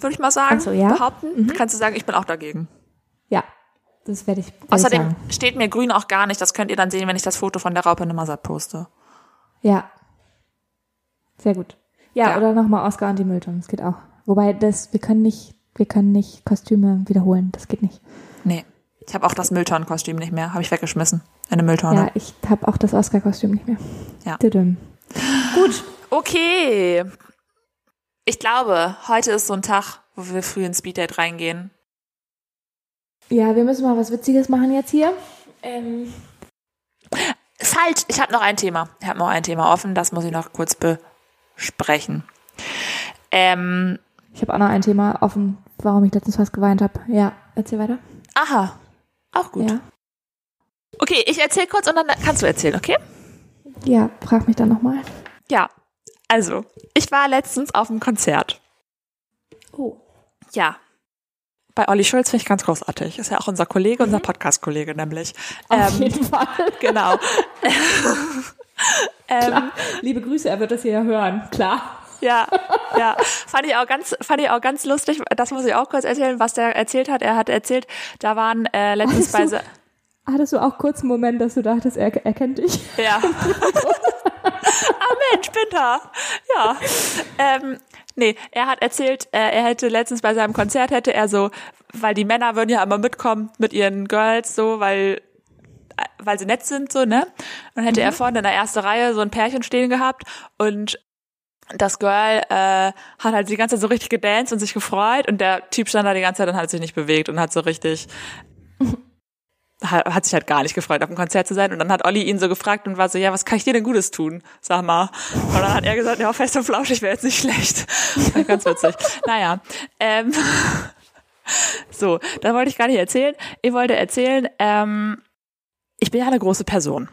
würde ich mal sagen,
Ach so, ja. Mhm.
behaupten. Kannst du sagen, ich bin auch dagegen.
Ja, das werde ich, werd ich
Außerdem
sagen.
steht mir grün auch gar nicht, das könnt ihr dann sehen, wenn ich das Foto von der Raupe Nimmersat poste.
Ja. Sehr gut. Ja,
Ja.
oder nochmal Oscar und die Mülltonnen. Das geht auch. Wobei das, wir können nicht, wir können nicht Kostüme wiederholen. Das geht nicht.
Nee, ich habe auch das Mülltonnenkostüm nicht mehr, habe ich weggeschmissen in eine
Ja,
Mülltonne.
ich habe auch das Oscar-Kostüm nicht mehr.
Ja.
Düdüm. Gut.
Okay. Ich glaube, heute ist so ein Tag, wo wir früh ins Speeddate reingehen.
Ja, wir müssen mal was Witziges machen jetzt hier. Ähm,
Falsch, halt, ich habe noch ein Thema. Ich habe noch ein Thema offen, das muss ich noch kurz besprechen. Ähm,
ich habe auch noch ein Thema offen, warum ich letztens fast geweint habe. Ja, erzähl weiter.
aha, auch gut.
Ja.
Okay, ich erzähle kurz und dann kannst du erzählen, okay?
ja, frag mich dann nochmal.
Ja, also, ich war letztens auf einem Konzert.
Oh.
Ja. Bei Olli Schulz finde ich ganz großartig. Ist ja auch unser Kollege, unser Podcast-Kollege nämlich.
Mhm. Auf
Ähm,
jeden Fall.
<laughs> genau. ähm,
Liebe Grüße, er wird das hier ja hören. Klar.
ja, ja. Fand ich auch ganz, fand ich auch ganz lustig. Das muss ich auch kurz erzählen, was der erzählt hat. Er hat erzählt, da waren äh, letztens bei
Alles so-
Se-
Hattest du auch kurz einen Moment, dass du dachtest, er, er kennt dich?
Ja. ah Mensch, Pinter. Ja. Ähm, nee, er hat erzählt, äh, er hätte letztens bei seinem Konzert hätte er so, weil die Männer würden ja immer mitkommen mit ihren Girls so, weil äh, weil sie nett sind so, ne? Und hätte er vorne in der ersten Reihe so ein Pärchen stehen gehabt und das Girl äh, hat halt die ganze Zeit so richtig gedanced und sich gefreut und der Typ stand da die ganze Zeit und hat sich nicht bewegt und hat so richtig hat, hat sich halt gar nicht gefreut, auf dem Konzert zu sein. Und dann hat Olli ihn so gefragt und war so, ja, was kann ich dir denn Gutes tun? Sag mal. Und dann hat er gesagt, ja, fest und flauschig wäre jetzt nicht schlecht. <laughs> Ganz witzig. naja. Ähm, <laughs> so, da wollte ich gar nicht erzählen. Ich wollte erzählen, ähm, ich bin ja eine große Person.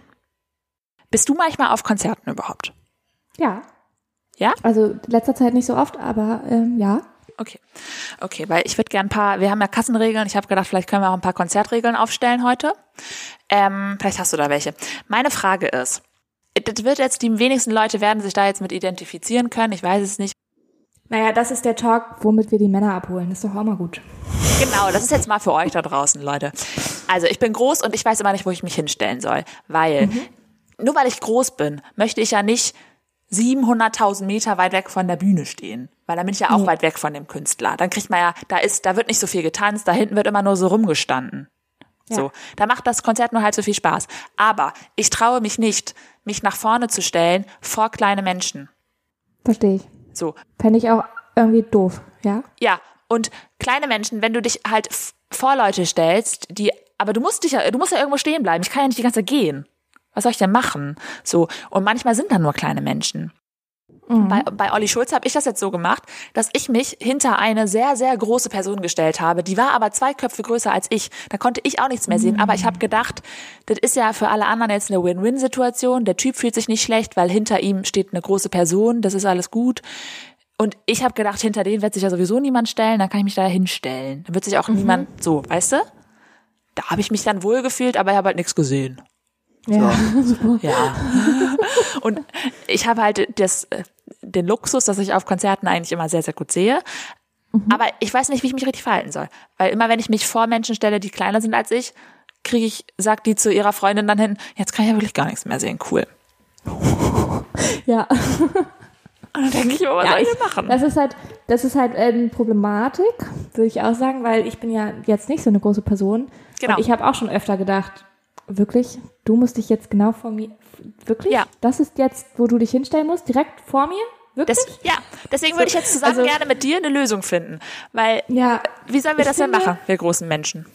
Bist du manchmal auf Konzerten überhaupt?
Ja.
Ja?
Also letzter Zeit nicht so oft, aber ähm, ja.
Okay. Okay, weil ich würde gern ein paar, wir haben ja Kassenregeln, ich habe gedacht, vielleicht können wir auch ein paar Konzertregeln aufstellen heute. Ähm, vielleicht hast du da welche. Meine Frage ist, das wird jetzt, die wenigsten Leute werden sich da jetzt mit identifizieren können, ich weiß es nicht.
Naja, das ist der Talk, womit wir die Männer abholen. Das ist doch auch mal gut.
Genau, das ist jetzt mal für euch da draußen, Leute. Also ich bin groß und ich weiß immer nicht, wo ich mich hinstellen soll, weil mhm. nur weil ich groß bin, möchte ich ja nicht 700.000 Meter weit weg von der Bühne stehen, weil dann bin ich ja auch
Nee.
weit weg von dem Künstler. Dann kriegt man ja, da ist, da wird nicht so viel getanzt, da hinten wird immer nur so rumgestanden.
Ja.
So, da macht das Konzert nur halb so viel Spaß. Aber ich traue mich nicht, mich nach vorne zu stellen vor kleine Menschen.
Verstehe ich.
So,
Fände ich auch irgendwie doof, ja?
Ja, und kleine Menschen, wenn du dich halt f- vor Leute stellst, die, aber du musst dich ja, du musst ja irgendwo stehen bleiben. Ich kann ja nicht die ganze Zeit gehen. Was soll ich denn machen? So. Und manchmal sind dann nur kleine Menschen. Bei, bei Olli Schulz habe ich das jetzt so gemacht, dass ich mich hinter eine sehr, sehr große Person gestellt habe. Die war aber zwei Köpfe größer als ich. Da konnte ich auch nichts mehr sehen. Aber ich habe gedacht, das ist ja für alle anderen jetzt eine Win-Win-Situation. Der Typ fühlt sich nicht schlecht, weil hinter ihm steht eine große Person. Das ist alles gut. Und ich habe gedacht, hinter denen wird sich ja sowieso niemand stellen, dann kann ich mich da hinstellen. Dann wird sich auch niemand so, weißt du? Da habe ich mich dann wohl gefühlt, aber ich habe halt nichts gesehen.
Ja.
Ja. Und ich habe halt das, äh, den Luxus, dass ich auf Konzerten eigentlich immer sehr, sehr gut sehe. Aber ich weiß nicht, wie ich mich richtig verhalten soll. Weil immer, wenn ich mich vor Menschen stelle, die kleiner sind als ich, kriege ich, sagt die zu ihrer Freundin dann hin, jetzt kann ich ja wirklich gar nichts mehr sehen, cool.
<laughs> Ja.
Und dann denke ich mir, was
Ja,
soll ich
ich-
denn machen?
Das ist halt, das ist halt eine Problematik, würde ich auch sagen, weil ich bin ja jetzt nicht so eine große Person.
Genau.
Und ich habe auch schon öfter gedacht, wirklich, du musst dich jetzt genau vor mir, wirklich?
Ja.
Das ist jetzt, wo du dich hinstellen musst, direkt vor mir? Wirklich?
Des, ja, deswegen würde ich jetzt zusammen
Also-
gerne mit dir eine Lösung finden. Weil,
Ja.
wie sollen wir
Ich
das denn
finde-
machen, wir großen Menschen?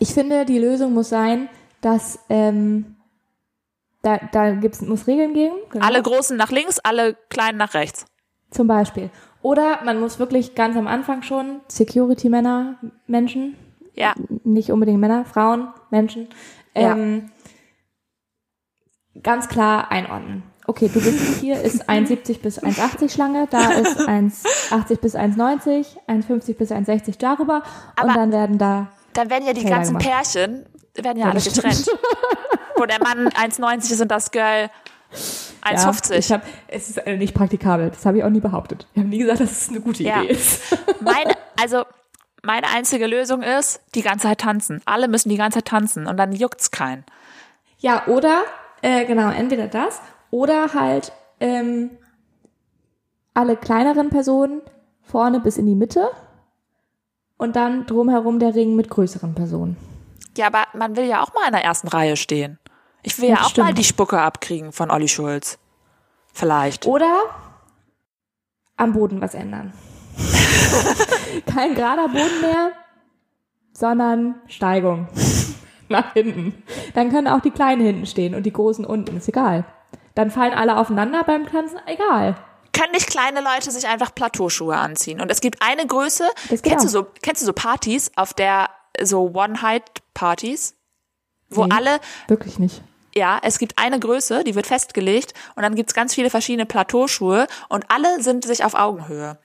Ich finde, die Lösung muss sein, dass ähm, da, da gibt's, muss Regeln geben. genau.
Alle Großen nach links, alle Kleinen nach rechts.
Zum Beispiel. Oder man muss wirklich ganz am Anfang schon Security-Männer, Menschen,
Ja,
nicht unbedingt Männer, Frauen, Menschen,
Ja.
ähm, ganz klar einordnen. Okay, du bist hier, ist 1,70 bis 1,80 Schlange, da ist 1,80 bis 1,90, 1,50 bis 1,60 darüber
Aber-
und dann werden da,
dann werden ja die
Okay,
ganzen
warte
Pärchen, werden ja,
Ja,
alle
das stimmt.
getrennt. Wo der Mann 1,90 ist und das Girl
ja,
1,50.
ich hab, es ist äh, nicht praktikabel, das habe ich auch nie behauptet. Ich habe nie gesagt, dass es eine gute
Ja.
Idee ist.
meine, also meine einzige Lösung ist, die ganze Zeit tanzen. Alle müssen die ganze Zeit tanzen und dann juckt's keinen.
Ja, oder, äh, genau, entweder das oder halt ähm, alle kleineren Personen vorne bis in die Mitte und dann drumherum der Ring mit größeren Personen.
Ja, aber man will ja auch mal in der ersten Reihe stehen. Ich will ja,
Ja,
auch mal
stimmt.
die Spucke abkriegen von Olli Schulz. Vielleicht.
Oder am Boden was ändern. <laughs> Kein gerader Boden mehr, sondern Steigung <laughs> nach hinten. Dann können auch die Kleinen hinten stehen und die Großen unten, ist egal. Dann fallen alle aufeinander beim Tanzen, egal.
können nicht kleine Leute sich einfach Plateauschuhe anziehen. Und es gibt eine Größe.
Das geht
kennst du
auch.
so, kennst du so Partys auf der, so One-Height-Partys? Wo
Nee.
alle,
Wirklich nicht.
ja, es gibt eine Größe, die wird festgelegt und dann gibt's ganz viele verschiedene Plateauschuhe und alle sind sich auf Augenhöhe.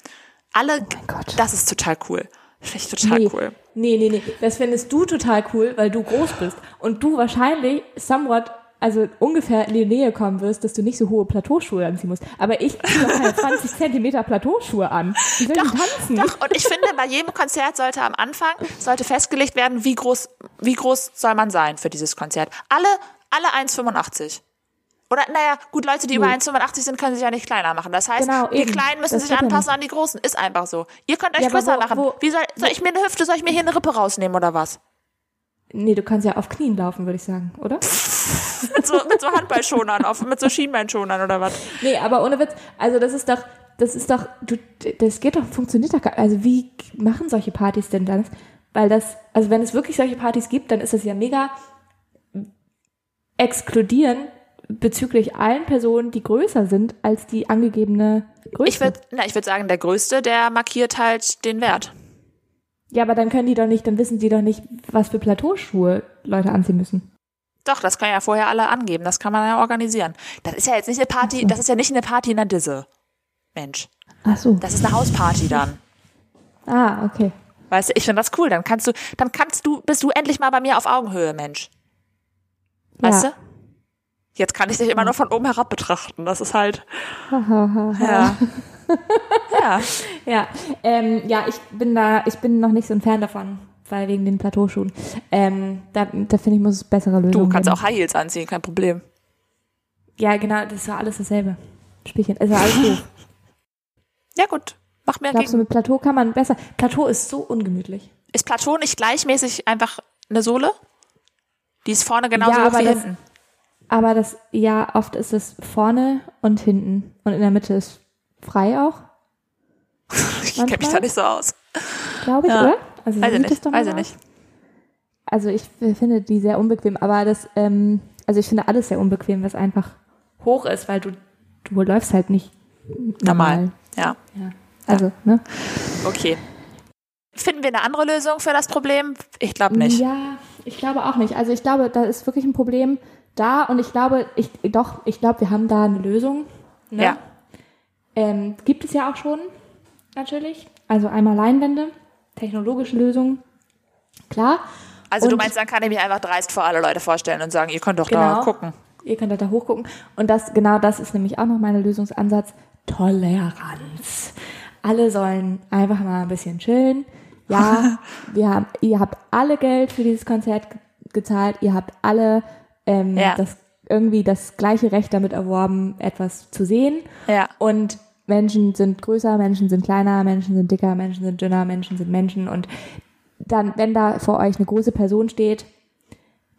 Alle,
Oh mein Gott.
das ist total cool. Finde ich total
nee.
cool.
Nee, nee, nee. Das findest du total cool, weil du groß bist. Und du wahrscheinlich somewhat, also ungefähr in die Nähe kommen wirst, dass du nicht so hohe Plateauschuhe anziehen musst. Aber ich ziehe
<laughs>
doch keine 20 Zentimeter Plateauschuhe an. Wie soll ich denn tanzen?
Doch, und ich finde, bei jedem Konzert sollte am Anfang, sollte festgelegt werden, wie groß, wie groß soll man sein für dieses Konzert. Alle, alle 1,85. Oder, naja, gut, Leute, die über 1,85 sind, können sich ja nicht kleiner machen. Das heißt,
Genau,
die
eben.
Kleinen müssen
Das
sich
geht ja
anpassen
nicht.
an die Großen. Ist einfach so. Ihr könnt euch
Ja, aber
größer
wo-
machen.
wo-
wie soll, soll ich mir eine Hüfte, soll ich mir hier eine Rippe rausnehmen oder was?
Nee, du kannst ja auf Knien laufen, würde ich sagen, oder?
Mit so, mit so Handballschonern, auf, mit so Schienbeinschonern oder was?
Nee, aber ohne Witz, also das ist doch, das ist doch, du, das geht doch, funktioniert doch gar Also wie machen solche Partys denn dann? Weil das, also wenn es wirklich solche Partys gibt, dann ist das ja mega exkludieren bezüglich allen Personen, die größer sind als die angegebene Größe.
Ich würde ich würd sagen, der Größte, der markiert halt den Wert.
Ja, aber dann können die doch nicht, dann wissen die doch nicht, was für Plateauschuhe Leute anziehen müssen.
Doch, das können ja vorher alle angeben. Das kann man ja organisieren. Das ist ja jetzt nicht eine Party, das ist ja nicht eine Party in der Disse. Mensch.
Ach so.
Das ist eine Hausparty dann.
Ah, okay.
Weißt du, ich finde das cool. Dann kannst du, dann kannst du, bist du endlich mal bei mir auf Augenhöhe, Mensch. Weißt
ja.
du? Jetzt kann ich dich immer nur von oben herab betrachten. Das ist halt.
ja.
Ja. ja.
ja, ähm, ja, ich bin da, ich bin noch nicht so ein Fan davon, weil wegen den Plateauschuhen. Ähm, da da finde ich, muss es bessere Lösungen
Du kannst
geben.
auch High Heels anziehen, kein Problem.
Ja, genau, das war alles dasselbe. Spielchen, es
<laughs>
war alles doof.
Ja, gut. Mach mir
Glaubst du,
gegen.
mit Plateau kann man besser. Plateau ist so ungemütlich.
Ist Plateau nicht gleichmäßig einfach eine Sohle? Die ist vorne genauso
Ja,
hoch
aber
wie
das-
hinten. <laughs>
Aber das, ja, oft ist es vorne und hinten. Und in der Mitte ist frei auch,
Ich kenne mich da
manchmal-
nicht so aus.
glaube ich,
Ja.
oder? Also so
Weiß ich
sieht es
nicht.
doch mal
Weiß ich
aus.
nicht.
Also ich f- finde die sehr unbequem, aber das, ähm, also ich finde alles sehr unbequem, was einfach hoch ist, weil du, du läufst halt nicht
Normal. Ja.
Ja. Also, ne?
Okay. Finden wir eine andere Lösung für das Problem? Ich glaube nicht.
Ja, ich glaube auch nicht. Also ich glaube, da ist wirklich ein Problem da und ich glaube, ich doch, ich glaube, wir haben da eine Lösung. Ne?
Ja.
Ähm, gibt es ja auch schon, natürlich. Also einmal Leinwände, technologische Lösungen, klar.
Also du
Und-
meinst, dann kann ich mich einfach dreist vor alle Leute vorstellen und sagen, ihr könnt doch da
Genau.
gucken.
Ihr könnt da hochgucken. Und das, genau das ist nämlich auch noch mein Lösungsansatz. Toleranz. Alle sollen einfach mal ein bisschen chillen.
<laughs>
Ja, wir haben, ihr habt alle Geld für dieses Konzert ge- gezahlt. Ihr habt alle ähm,
Ja.
das, irgendwie das gleiche Recht damit erworben, etwas zu sehen.
Ja.
Und Menschen sind größer, Menschen sind kleiner, Menschen sind dicker, Menschen sind dünner, Menschen sind Menschen. Und dann, wenn da vor euch eine große Person steht,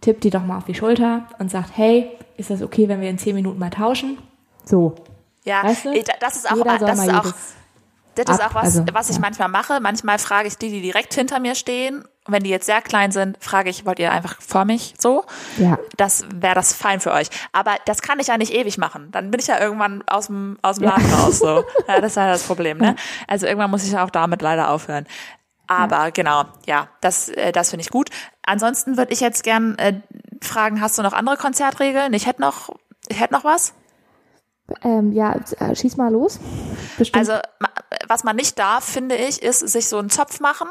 tippt die doch mal auf die Schulter und sagt, hey, ist das okay, wenn wir in zehn Minuten mal tauschen? So.
Ja,
Weißt du?
ich- das ist auch,
Jeder soll
das
mal
ist auch,
jedes-
das ist
ab-
auch was,
also,
was ich
ja.
manchmal mache. Manchmal frage ich die, die direkt hinter mir stehen. Und wenn die jetzt sehr klein sind, frage ich, wollt ihr einfach vor mich so?
Ja.
Das wäre das fein für euch. Aber das kann ich ja nicht ewig machen. Dann bin ich ja irgendwann aus dem, aus dem
Ja.
Laden raus. So. Ja, das ist ja das Problem. Ne? Also irgendwann muss ich ja auch damit leider aufhören. Aber genau, ja, das, äh, das finde ich gut. Ansonsten würde ich jetzt gern äh, fragen, hast du noch andere Konzertregeln? Ich hätte noch, ich hätte noch was.
Ähm, ja, äh, schieß mal los. Bestimmt.
Also ma- was man nicht darf, finde ich, ist sich so einen Zopf machen,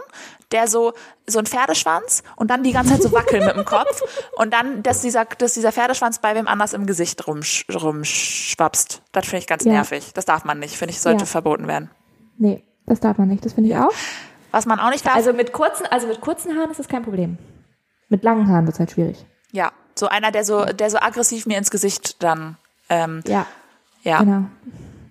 der so so ein Pferdeschwanz und dann die ganze Zeit so wackeln mit dem
<laughs>
Kopf und dann dass dieser dass dieser Pferdeschwanz bei wem anders im Gesicht rumsch, rumschwapst. Das finde ich ganz
Ja.
nervig. Das darf man nicht. Finde ich sollte
Ja.
verboten werden.
nee, das darf man nicht, das finde ich auch.
Was man auch nicht darf.
Also mit kurzen, also mit kurzen Haaren ist das kein Problem. Mit langen Haaren wird es halt schwierig.
ja, so einer, der so der so aggressiv mir ins Gesicht dann. Ähm,
Ja,
ja, genau.
genau.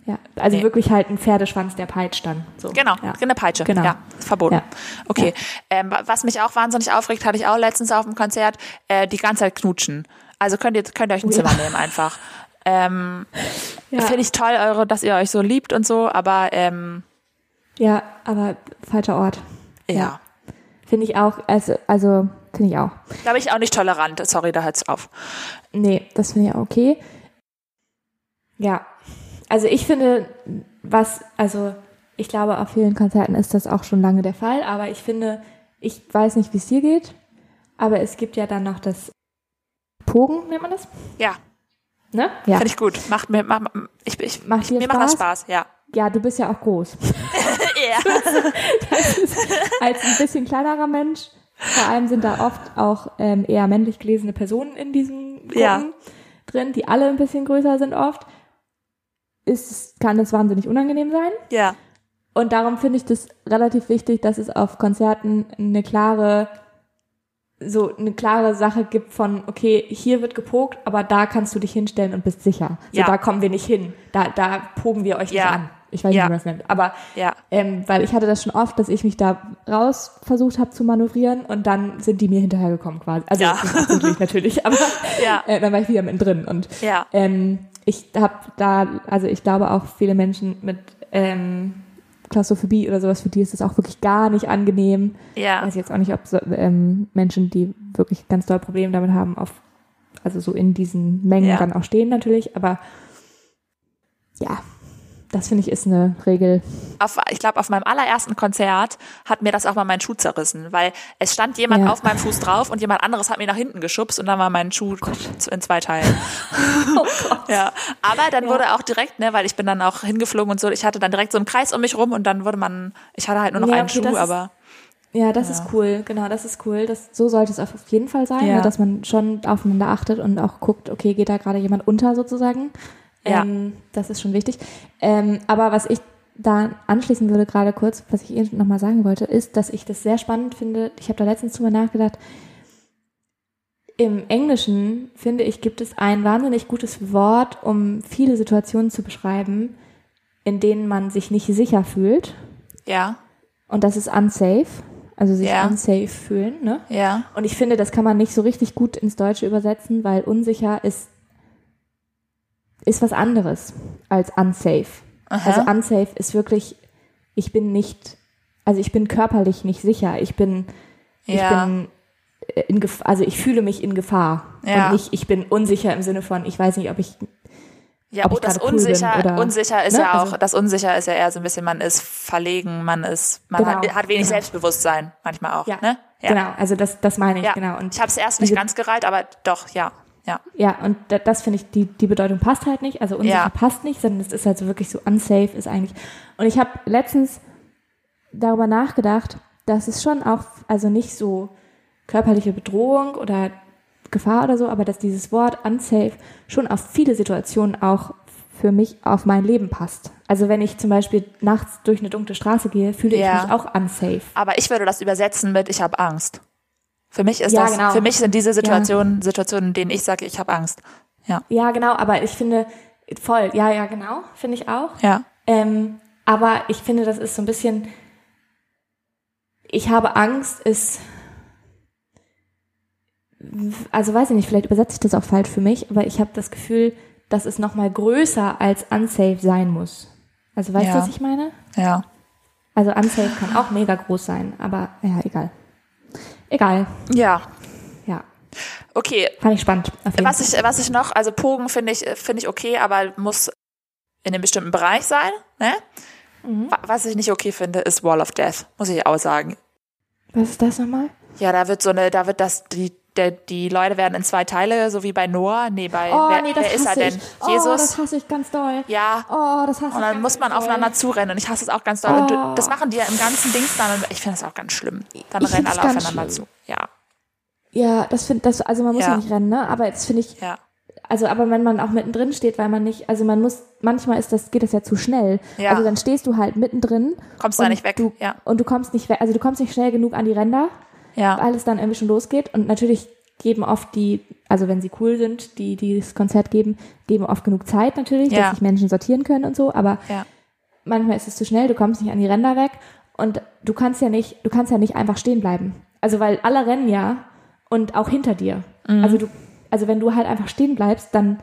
Ja, also
Nee.
wirklich halt ein Pferdeschwanz, der peitscht dann. So.
Genau,
ja.
eine Peitsche.
Genau.
Ja, ist verboten.
Ja.
Okay. Ähm, wa- was mich auch wahnsinnig aufregt, hatte ich auch letztens auf dem Konzert, äh, die ganze Zeit knutschen. Also könnt ihr, könnt ihr euch ein Zimmer nehmen einfach. Ähm,
Ja.
Finde ich toll, eure, dass ihr euch so liebt und so, aber ähm,
ja, aber falscher Ort.
ja.
Ja. Finde ich auch, also, also finde ich auch.
Da bin ich auch nicht tolerant. Sorry, da hört's auf.
Nee, das finde ich auch okay. Ja. Also ich finde, was, also ich glaube, auf vielen Konzerten ist das auch schon lange der Fall, aber ich finde, ich weiß nicht, wie es dir geht, aber es gibt ja dann noch das Pogen, nennt man das?
Ja,
Ne? Ja.
finde ich gut. Macht mir, mach, ich, ich,
Macht dir
mir macht das
Spaß?
Spaß, ja.
Ja, du bist ja
<laughs>
auch groß.
ja.
Als ein bisschen kleinerer Mensch, vor allem sind da oft auch ähm, eher männlich gelesene Personen in diesen Gruppen
Ja.
drin, die alle ein bisschen größer sind oft, ist, kann es wahnsinnig unangenehm sein.
Ja.
Und darum finde ich das relativ wichtig, dass es auf Konzerten eine klare, so eine klare Sache gibt von, okay, hier wird gepokt, aber da kannst du dich hinstellen und bist sicher. So,
Ja.
da kommen wir nicht hin. Da, da pogen wir euch
Ja.
nicht an. Ich weiß
Ja.
nicht, wie man es nennt. Aber,
Ja.
ähm, weil ich hatte das schon oft, dass ich mich da raus versucht habe zu manövrieren und dann sind die mir hinterhergekommen quasi. Also,
Ja.
nicht absichtlich natürlich, aber
<laughs> Ja.
äh, dann war ich wieder mit drin und
Ja.
ähm, ich habe da, also ich glaube auch viele Menschen mit ähm, Klaustrophobie oder sowas, für die ist das auch wirklich gar nicht angenehm.
Ja.
Weiß jetzt auch nicht, ob so, ähm, Menschen, die wirklich ganz doll Probleme damit haben, auf, also so in diesen Mengen
Ja.
dann auch stehen natürlich, aber ja, das finde ich ist eine Regel.
auf, ich glaube, auf meinem allerersten Konzert hat mir das auch mal meinen Schuh zerrissen, weil es stand jemand
Ja.
auf meinem Fuß drauf und jemand anderes hat mir nach hinten geschubst und dann war mein
Oh
Schuh z- in zwei
<laughs>
Teilen. ja, aber dann wurde auch direkt, ne, weil ich bin dann auch hingeflogen und so, ich hatte dann direkt so einen Kreis um mich rum und dann wurde man, ich hatte halt nur noch
Ja,
einen
okay, das
Schuh,
ist-
aber
Ja, das ist cool, genau, das ist cool. Das, so sollte es auf jeden Fall sein,
Ja.
ne, dass man schon aufeinander achtet und auch guckt, okay, geht da gerade jemand unter sozusagen.
Ja.
Ähm, das ist schon wichtig. Ähm, aber was ich da anschließen würde, gerade kurz, was ich Ihnen nochmal sagen wollte, ist, dass ich das sehr spannend finde. Ich habe da letztens drüber nachgedacht. Im Englischen, finde ich, gibt es ein wahnsinnig gutes Wort, um viele Situationen zu beschreiben, in denen man sich nicht sicher fühlt.
ja,
Und das ist unsafe, also sich
Ja.
unsafe fühlen. Ne?
ja,
Und ich finde, das kann man nicht so richtig gut ins Deutsche übersetzen, weil unsicher ist, ist was anderes als unsafe.
Aha.
Also unsafe ist wirklich, ich bin nicht, also ich bin körperlich nicht sicher. Ich bin, ich
ja,
bin äh, in Gef also ich fühle mich in Gefahr.
Ja.
Und nicht, ich bin unsicher im Sinne von, ich weiß nicht, ob ich
ja,
ob ich
oh, das
gerade cool bin
unsicher,
oder-
unsicher ist
Ne,
ja auch,
also-
das unsicher ist ja eher so ein bisschen, man ist verlegen, man ist, man
Genau,
hat, hat wenig
genau.
Selbstbewusstsein manchmal auch,
Ja,
ne?
Genau, also das, das meine ich,
Ja,
genau. Und
ich habe es erst nicht
diese-
ganz gereiht, aber doch, ja. Ja,
Ja, und da- das finde ich, die, die Bedeutung passt halt nicht, also unsicher
Ja.
passt nicht, sondern es ist halt so wirklich so unsafe ist eigentlich. Und ich habe letztens darüber nachgedacht, dass es schon auch, also nicht so körperliche Bedrohung oder Gefahr oder so, aber dass dieses Wort unsafe schon auf viele Situationen auch für mich auf mein Leben passt. Also wenn ich zum Beispiel nachts durch eine dunkle Straße gehe, fühle
Ja.
ich mich auch unsafe.
aber ich würde das übersetzen mit ich habe Angst. Für mich ist
Ja,
das
genau.
für mich sind diese Situationen Situationen, in denen ich sage, ich habe Angst. Ja.
Ja, genau, aber ich finde, voll, ja, ja, genau, finde ich auch.
Ja.
Ähm, aber ich finde, das ist so ein bisschen. Ich habe Angst, ist. Also weiß ich nicht, vielleicht übersetze ich das auch falsch für mich, aber ich habe das Gefühl, dass es nochmal größer als unsafe sein muss. Also weißt du,
Ja.
was ich meine?
Ja.
Also unsafe kann auch mega groß sein, aber ja, egal. Egal,
Ja.
ja.
Okay,
Fand ich spannend. Auf jeden
was
Fall.
ich was ich noch, also Pogen finde ich finde ich okay, aber muss in einem bestimmten Bereich sein, ne?
Mhm.
Wa- Was ich nicht okay finde, ist Wall of Death, muss ich auch sagen.
Was ist das nochmal?
Ja, da wird so eine, da wird das, die, der, die Leute werden in zwei Teile, so wie bei Noah. Nee, bei,
Oh,
wer,
nee, das
wer ist er
hasse
denn?
ich. Oh,
Jesus?
das hasse ich ganz doll.
Ja.
Oh, das hasse ich
Und dann
ganz,
muss man
ganz doll.
aufeinander zurennen. Und ich hasse es auch ganz doll. Und du,
Oh.
das machen die ja im ganzen Dings dann. Und ich finde das auch ganz schlimm. Dann
Ich
rennen
find's
alle
ganz
aufeinander zu.
schlimm.
Ja,
Ja, das finde das also man muss ja.
Ja.
nicht rennen, ne? Aber jetzt finde ich
ja.
also aber wenn man auch mittendrin steht, weil man nicht also man muss manchmal ist das geht das ja zu schnell.
Ja.
Also dann stehst du halt mittendrin.
Kommst
und
da nicht weg,
Du,
ja.
Und du kommst nicht weg, also du kommst nicht schnell genug an die Ränder,
Ja.
weil es dann irgendwie schon losgeht und natürlich geben oft die also wenn sie cool sind, die die das Konzert geben, geben oft genug Zeit natürlich,
Ja.
dass sich Menschen sortieren können und so, aber
Ja.
manchmal ist es zu schnell, du kommst nicht an die Ränder weg und du kannst ja nicht, du kannst ja nicht einfach stehen bleiben. Also weil alle rennen ja und auch hinter dir.
Mhm.
Also du, also wenn du halt einfach stehen bleibst, dann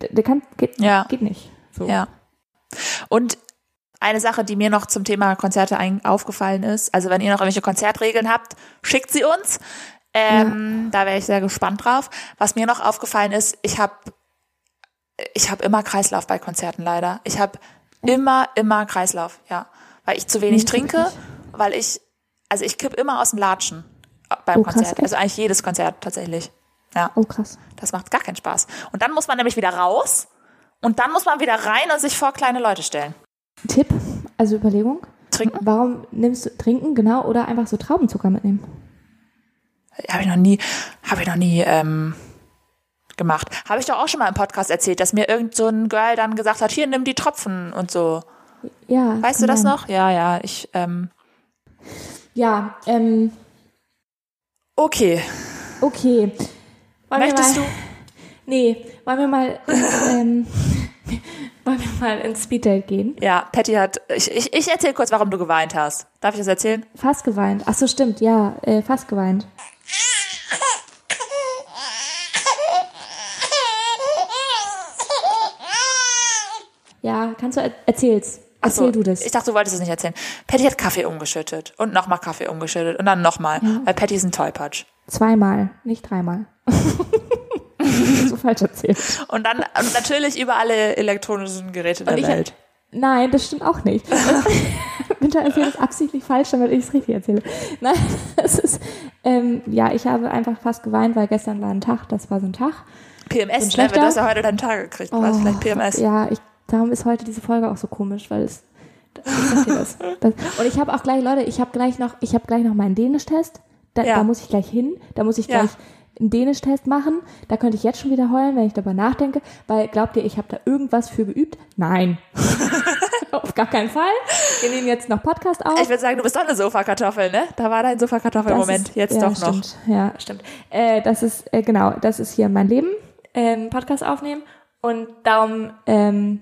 d- der kann, geht,
Ja.
geht nicht. So.
Ja. Und eine Sache, die mir noch zum Thema Konzerte ein, aufgefallen ist, also wenn ihr noch irgendwelche Konzertregeln habt, schickt sie uns. Ähm, Da wäre ich sehr gespannt drauf. Was mir noch aufgefallen ist, ich habe ich hab immer Kreislauf bei Konzerten leider. Ich habe immer, immer Kreislauf, ja. Weil ich zu wenig
Nee, das hab ich
trinke,
nicht.
weil ich, also ich kipp immer aus dem Latschen äh, beim
Oh, krass,
Konzert.
echt?
also eigentlich jedes Konzert tatsächlich. Ja.
Oh krass.
Das macht gar keinen Spaß. Und dann muss man nämlich wieder raus und dann muss man wieder rein und sich vor kleine Leute stellen.
Tipp, also Überlegung,
Trinken?
warum nimmst du trinken genau oder einfach so Traubenzucker mitnehmen?
Habe Äh, ich noch nie, habe ich noch nie ähm, gemacht. Habe ich doch auch schon mal im Podcast erzählt, dass mir irgend so ein Girl dann gesagt hat, hier nimm die Tropfen und so.
Ja.
Weißt du
kann
das
sein.
noch? Ja, ja. Ich ähm,
Ja. Ähm,
okay.
okay. Wollen wir
Möchtest
mal-
du?
Nee, wollen wir mal,
<laughs>
ähm, <laughs> wollen wir mal ins Speeddate gehen?
Ja, Patty hat. Ich, ich, ich erzähle kurz, warum du geweint hast. Darf ich das erzählen?
Fast geweint. Ach so, stimmt, ja, äh, fast geweint. Ja, kannst du er erzähl's.
Achso,
Erzähl du das.
Ich dachte, du wolltest es nicht erzählen. Patty hat Kaffee umgeschüttet und nochmal Kaffee umgeschüttet und dann nochmal,
Mhm.
weil Patty ist ein Tollpatsch.
Zweimal, nicht dreimal. <laughs> so falsch erzählt.
Und dann und natürlich über alle elektronischen Geräte der
Und ich-
Welt.
Nein, das stimmt
<laughs>
auch nicht. Winter erzählt es absichtlich falsch, damit ich es richtig erzähle. Nein, <laughs> es ist, ähm, ja, ich habe einfach fast geweint, weil gestern war ein Tag, das war so ein Tag.
PMS,
Und
ne?
schlechter?
Du hast ja heute deinen Tag gekriegt. Oh, was? Vielleicht PMS.
Ja, ich, darum ist heute diese Folge auch so komisch, weil es. Ich sag
<laughs>
dir das, das. Und ich habe auch gleich, Leute, ich habe gleich noch, ich habe gleich noch meinen Dänisch-Test. Da,
Ja.
da muss ich gleich hin, da muss ich
Ja.
gleich einen Dänisch-Test machen. Da könnte ich jetzt schon wieder heulen, wenn ich darüber nachdenke, weil glaubt ihr, ich habe da irgendwas für geübt?
<laughs>
Nein. Auf gar keinen Fall. Wir nehmen jetzt noch Podcast auf.
Ich würde sagen, du bist doch eine Sofakartoffel, ne? Da war dein
Das
Sofakartoffel-Moment.
ist-
Jetzt
ja,
doch noch.
stimmt. Ja, stimmt. Äh, das ist, äh, genau, das ist hier mein Leben. Ähm, Podcast aufnehmen und darum, ähm,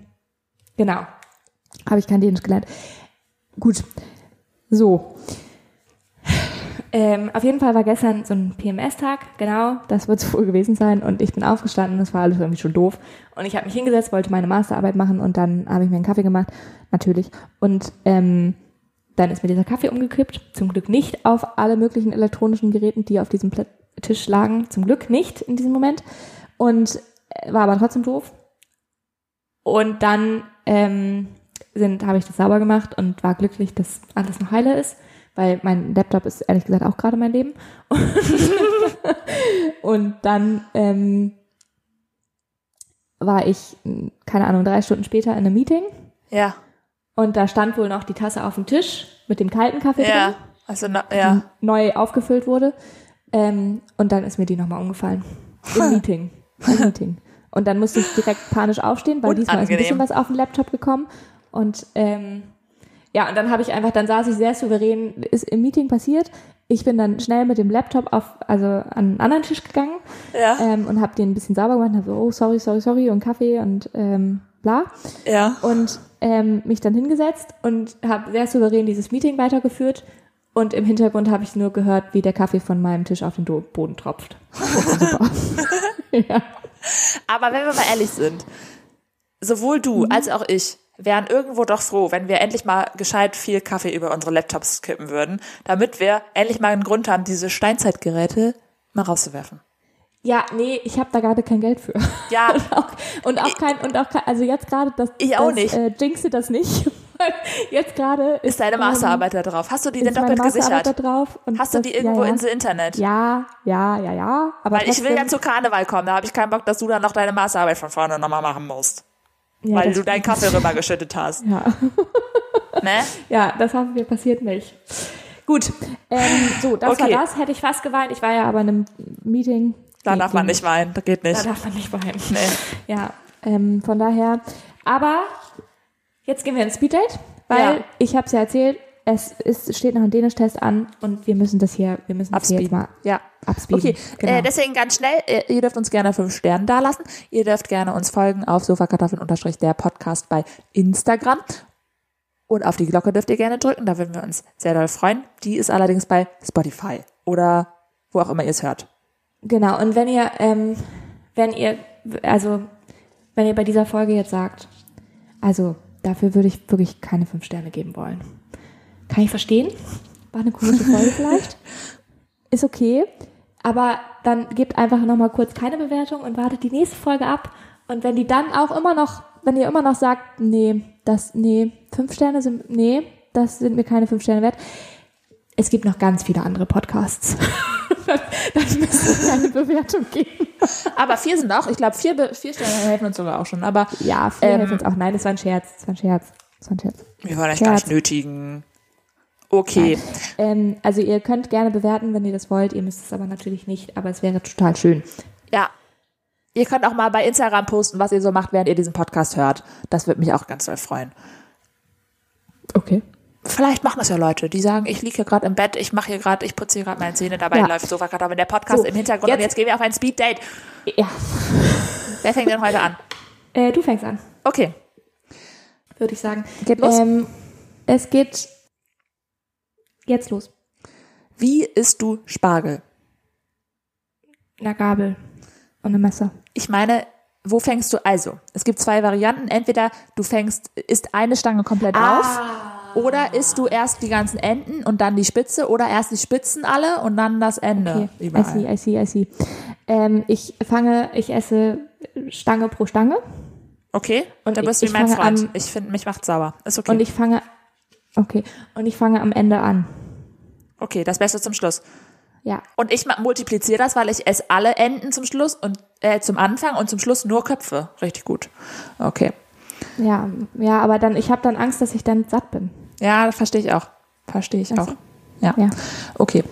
genau, habe ich kein Dänisch gelernt. Gut, so. <sighs> Ähm, auf jeden Fall war gestern so ein PMS-Tag, genau, das wird es wohl gewesen sein und ich bin aufgestanden, das war alles irgendwie schon doof und ich habe mich hingesetzt, wollte meine Masterarbeit machen und dann habe ich mir einen Kaffee gemacht, natürlich und ähm, dann ist mir dieser Kaffee umgekippt. Zum Glück nicht auf alle möglichen elektronischen Geräten, die auf diesem Pla Tisch lagen. Zum Glück nicht in diesem Moment. Und äh, war aber trotzdem doof. Und dann ähm, sind- habe ich das sauber gemacht und war glücklich, dass alles noch heile ist, weil mein Laptop ist ehrlich gesagt auch gerade mein Leben. <laughs> und dann ähm, war ich, hm, keine Ahnung, drei Stunden später in einem Meeting.
Ja.
Und da stand wohl noch die Tasse auf dem Tisch mit dem kalten Kaffee
Ja.
drin,
Also, na, ja.
die neu aufgefüllt wurde. Ähm, und dann ist mir die nochmal umgefallen.
<laughs>
Im Meeting. Im Meeting. Und dann musste ich direkt panisch aufstehen, weil diesmal ist ein
Unangenehm.
bisschen was auf den Laptop gekommen. Und ähm, ja, und dann habe ich einfach, dann saß ich sehr souverän, ist im Meeting passiert. Ich bin dann schnell mit dem Laptop auf, also an einen anderen Tisch gegangen
Ja.
ähm, und habe den ein bisschen sauber gemacht und habe so, oh, sorry, sorry, sorry, und Kaffee und ähm, bla
Ja.
und ähm, mich dann hingesetzt und habe sehr souverän dieses Meeting weitergeführt. Und im Hintergrund habe ich nur gehört, wie der Kaffee von meinem Tisch auf den Do Boden tropft.
Aber wenn wir mal ehrlich sind, sowohl du als auch ich wären irgendwo doch froh, wenn wir endlich mal gescheit viel Kaffee über unsere Laptops kippen würden, damit wir endlich mal einen Grund haben, diese Steinzeitgeräte mal rauszuwerfen.
Ja, nee, ich habe da gerade kein Geld für.
Ja.
<laughs> Und auch, und auch kein, und auch kein, also jetzt gerade, das,
Ich auch
das,
nicht.
Äh, jinxe das nicht. <laughs> Weil jetzt gerade ist,
Ist deine
ähm,
Masterarbeit da drauf? Hast du die
ist
denn
meine
doppelt
Masterarbeit
gesichert?
Da drauf und
Hast du
das-
die irgendwo
ja, ja.
ins Internet?
Ja, ja, ja, ja. Aber
Weil ich will
trotzdem-
ja zu Karneval kommen, da habe ich keinen Bock, dass du dann noch deine Masterarbeit von vorne nochmal machen musst.
ja,
weil
das-
du deinen Kaffee rübergeschüttet hast.
Ja.
<laughs> Ne?
Ja, das haben wir passiert nicht. Gut, ähm, so, das
Okay.
war das. Hätte ich fast geweint. Ich war ja aber in einem Meeting.
Da
Nee,
darf
ging
man nicht weinen, das geht
Da
nicht.
darf man nicht weinen.
Nee.
Ja, ähm, von daher. Aber jetzt gehen wir ins Speeddate, weil
Ja.
ich habe es ja erzählt, es ist, steht noch ein Dänisch-Test an und wir müssen das hier, wir müssen das hier jetzt
Abspeeden.
mal
Ja.
abspeeden.
Okay,
genau.
äh, deswegen ganz schnell, äh, ihr dürft uns gerne fünf Sterne dalassen. Ihr dürft gerne uns folgen auf sofakartoffeln der Podcast bei Instagram. Und auf die Glocke dürft ihr gerne drücken, da würden wir uns sehr doll freuen. Die ist allerdings bei Spotify oder wo auch immer ihr es hört.
Genau, und wenn ihr, ähm, wenn ihr, also, wenn ihr bei dieser Folge jetzt sagt, also, dafür würde ich wirklich keine fünf Sterne geben wollen. Kann ich verstehen. War eine komische Folge vielleicht. Ist okay. Aber dann gebt einfach nochmal kurz keine Bewertung und wartet die nächste Folge ab. Und wenn die dann auch immer noch, wenn ihr immer noch sagt, nee, das, nee, fünf Sterne sind, nee, das sind mir keine fünf Sterne wert. Es gibt noch ganz viele andere Podcasts. <laughs> dann müsst ihr keine Bewertung geben.
Aber vier sind auch, ich glaube, vier, Be- vier Sterne helfen uns sogar auch schon. Aber
Ja, vier
Ähm.
helfen uns auch. Nein, das war ein Scherz. Das war ein Scherz. Das war ein Scherz.
wir wollen euch gar nicht
Scherz.
nötigen. Okay.
Ähm, also ihr könnt gerne bewerten, wenn ihr das wollt. Ihr müsst es aber natürlich nicht, aber es wäre total schön.
Ja. Ihr könnt auch mal bei Instagram posten, was ihr so macht, während ihr diesen Podcast hört. Das würde mich auch ganz doll freuen.
Okay.
Vielleicht machen das ja Leute, die sagen, ich liege hier gerade im Bett, ich mache hier gerade, ich putze hier gerade meine Zähne, dabei
Ja.
läuft Sofa gerade aber der Podcast
So,
im Hintergrund
jetzt-
und jetzt gehen wir auf ein Speed Date.
Ja.
Wer fängt denn heute an?
Äh, du fängst an,
Okay.
würde ich sagen.
Geht los.
Ähm, es geht jetzt los.
Wie isst du Spargel?
Eine Gabel und ein Messer.
Ich meine, wo fängst du? Also, es gibt zwei Varianten. Entweder du fängst, isst eine Stange komplett
Ah.
auf, oder isst du erst die ganzen Enden und dann die Spitze, oder erst die Spitzen alle und dann das Ende.
Okay. I
Überall.
see, I see, I see. Ähm, ich fange, ich esse Stange pro Stange
Okay,
Und
und da
ich-
bist du
ich
wie mein
fange
Freund.
an-
ich finde, mich macht sauer. Ist okay.
und ich fange, okay, und ich fange am Ende an.
okay, das Beste zum Schluss.
Ja,
Und ich ma- multipliziere das, weil ich esse alle Enden zum Schluss und äh, zum Anfang und zum Schluss nur Köpfe. Richtig gut. Okay.
ja, ja, aber dann, ich habe dann Angst, dass ich dann satt bin.
Ja, das verstehe ich auch. Verstehe ich auch. Ja.
Ja.
Okay.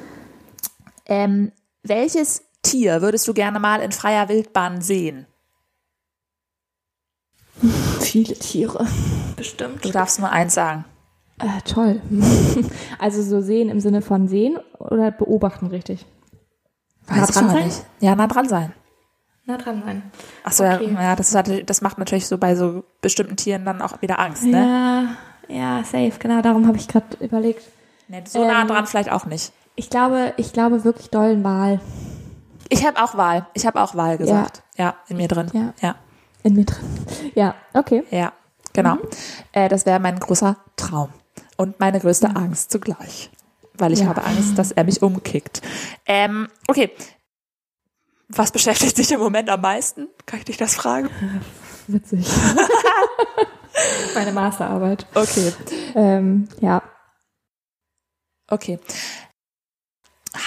Ähm, welches Tier würdest du gerne mal in freier Wildbahn sehen?
Viele Tiere, bestimmt.
Du darfst nur eins sagen.
Äh, toll. <laughs> also so sehen im Sinne von sehen oder beobachten richtig.
Weiß
dran
ich
sein?
nicht. Ja, nah dran sein.
Na dran sein.
Achso,
Okay.
ja, ja das, ist, halt- das macht natürlich so bei so bestimmten Tieren dann auch wieder Angst, ne?
Ja, ja, safe, genau, darum habe ich gerade überlegt.
Nee, so nah
Ähm.
dran vielleicht auch nicht.
Ich glaube, ich glaube wirklich dollen Wal
Ich habe auch Wahl. Ich habe auch Wahl gesagt. Ja. in mir drin.
Ja.
ja.
in mir drin. Ja, okay.
Ja, genau. Äh, das wäre mein großer Traum und meine größte Angst zugleich, weil ich
Ja.
habe Angst, dass er mich umkickt. Ähm, okay. Was beschäftigt dich im Moment am meisten? Kann ich dich das fragen?
Witzig. <laughs> Meine Masterarbeit.
Okay.
Ähm, ja.
Okay.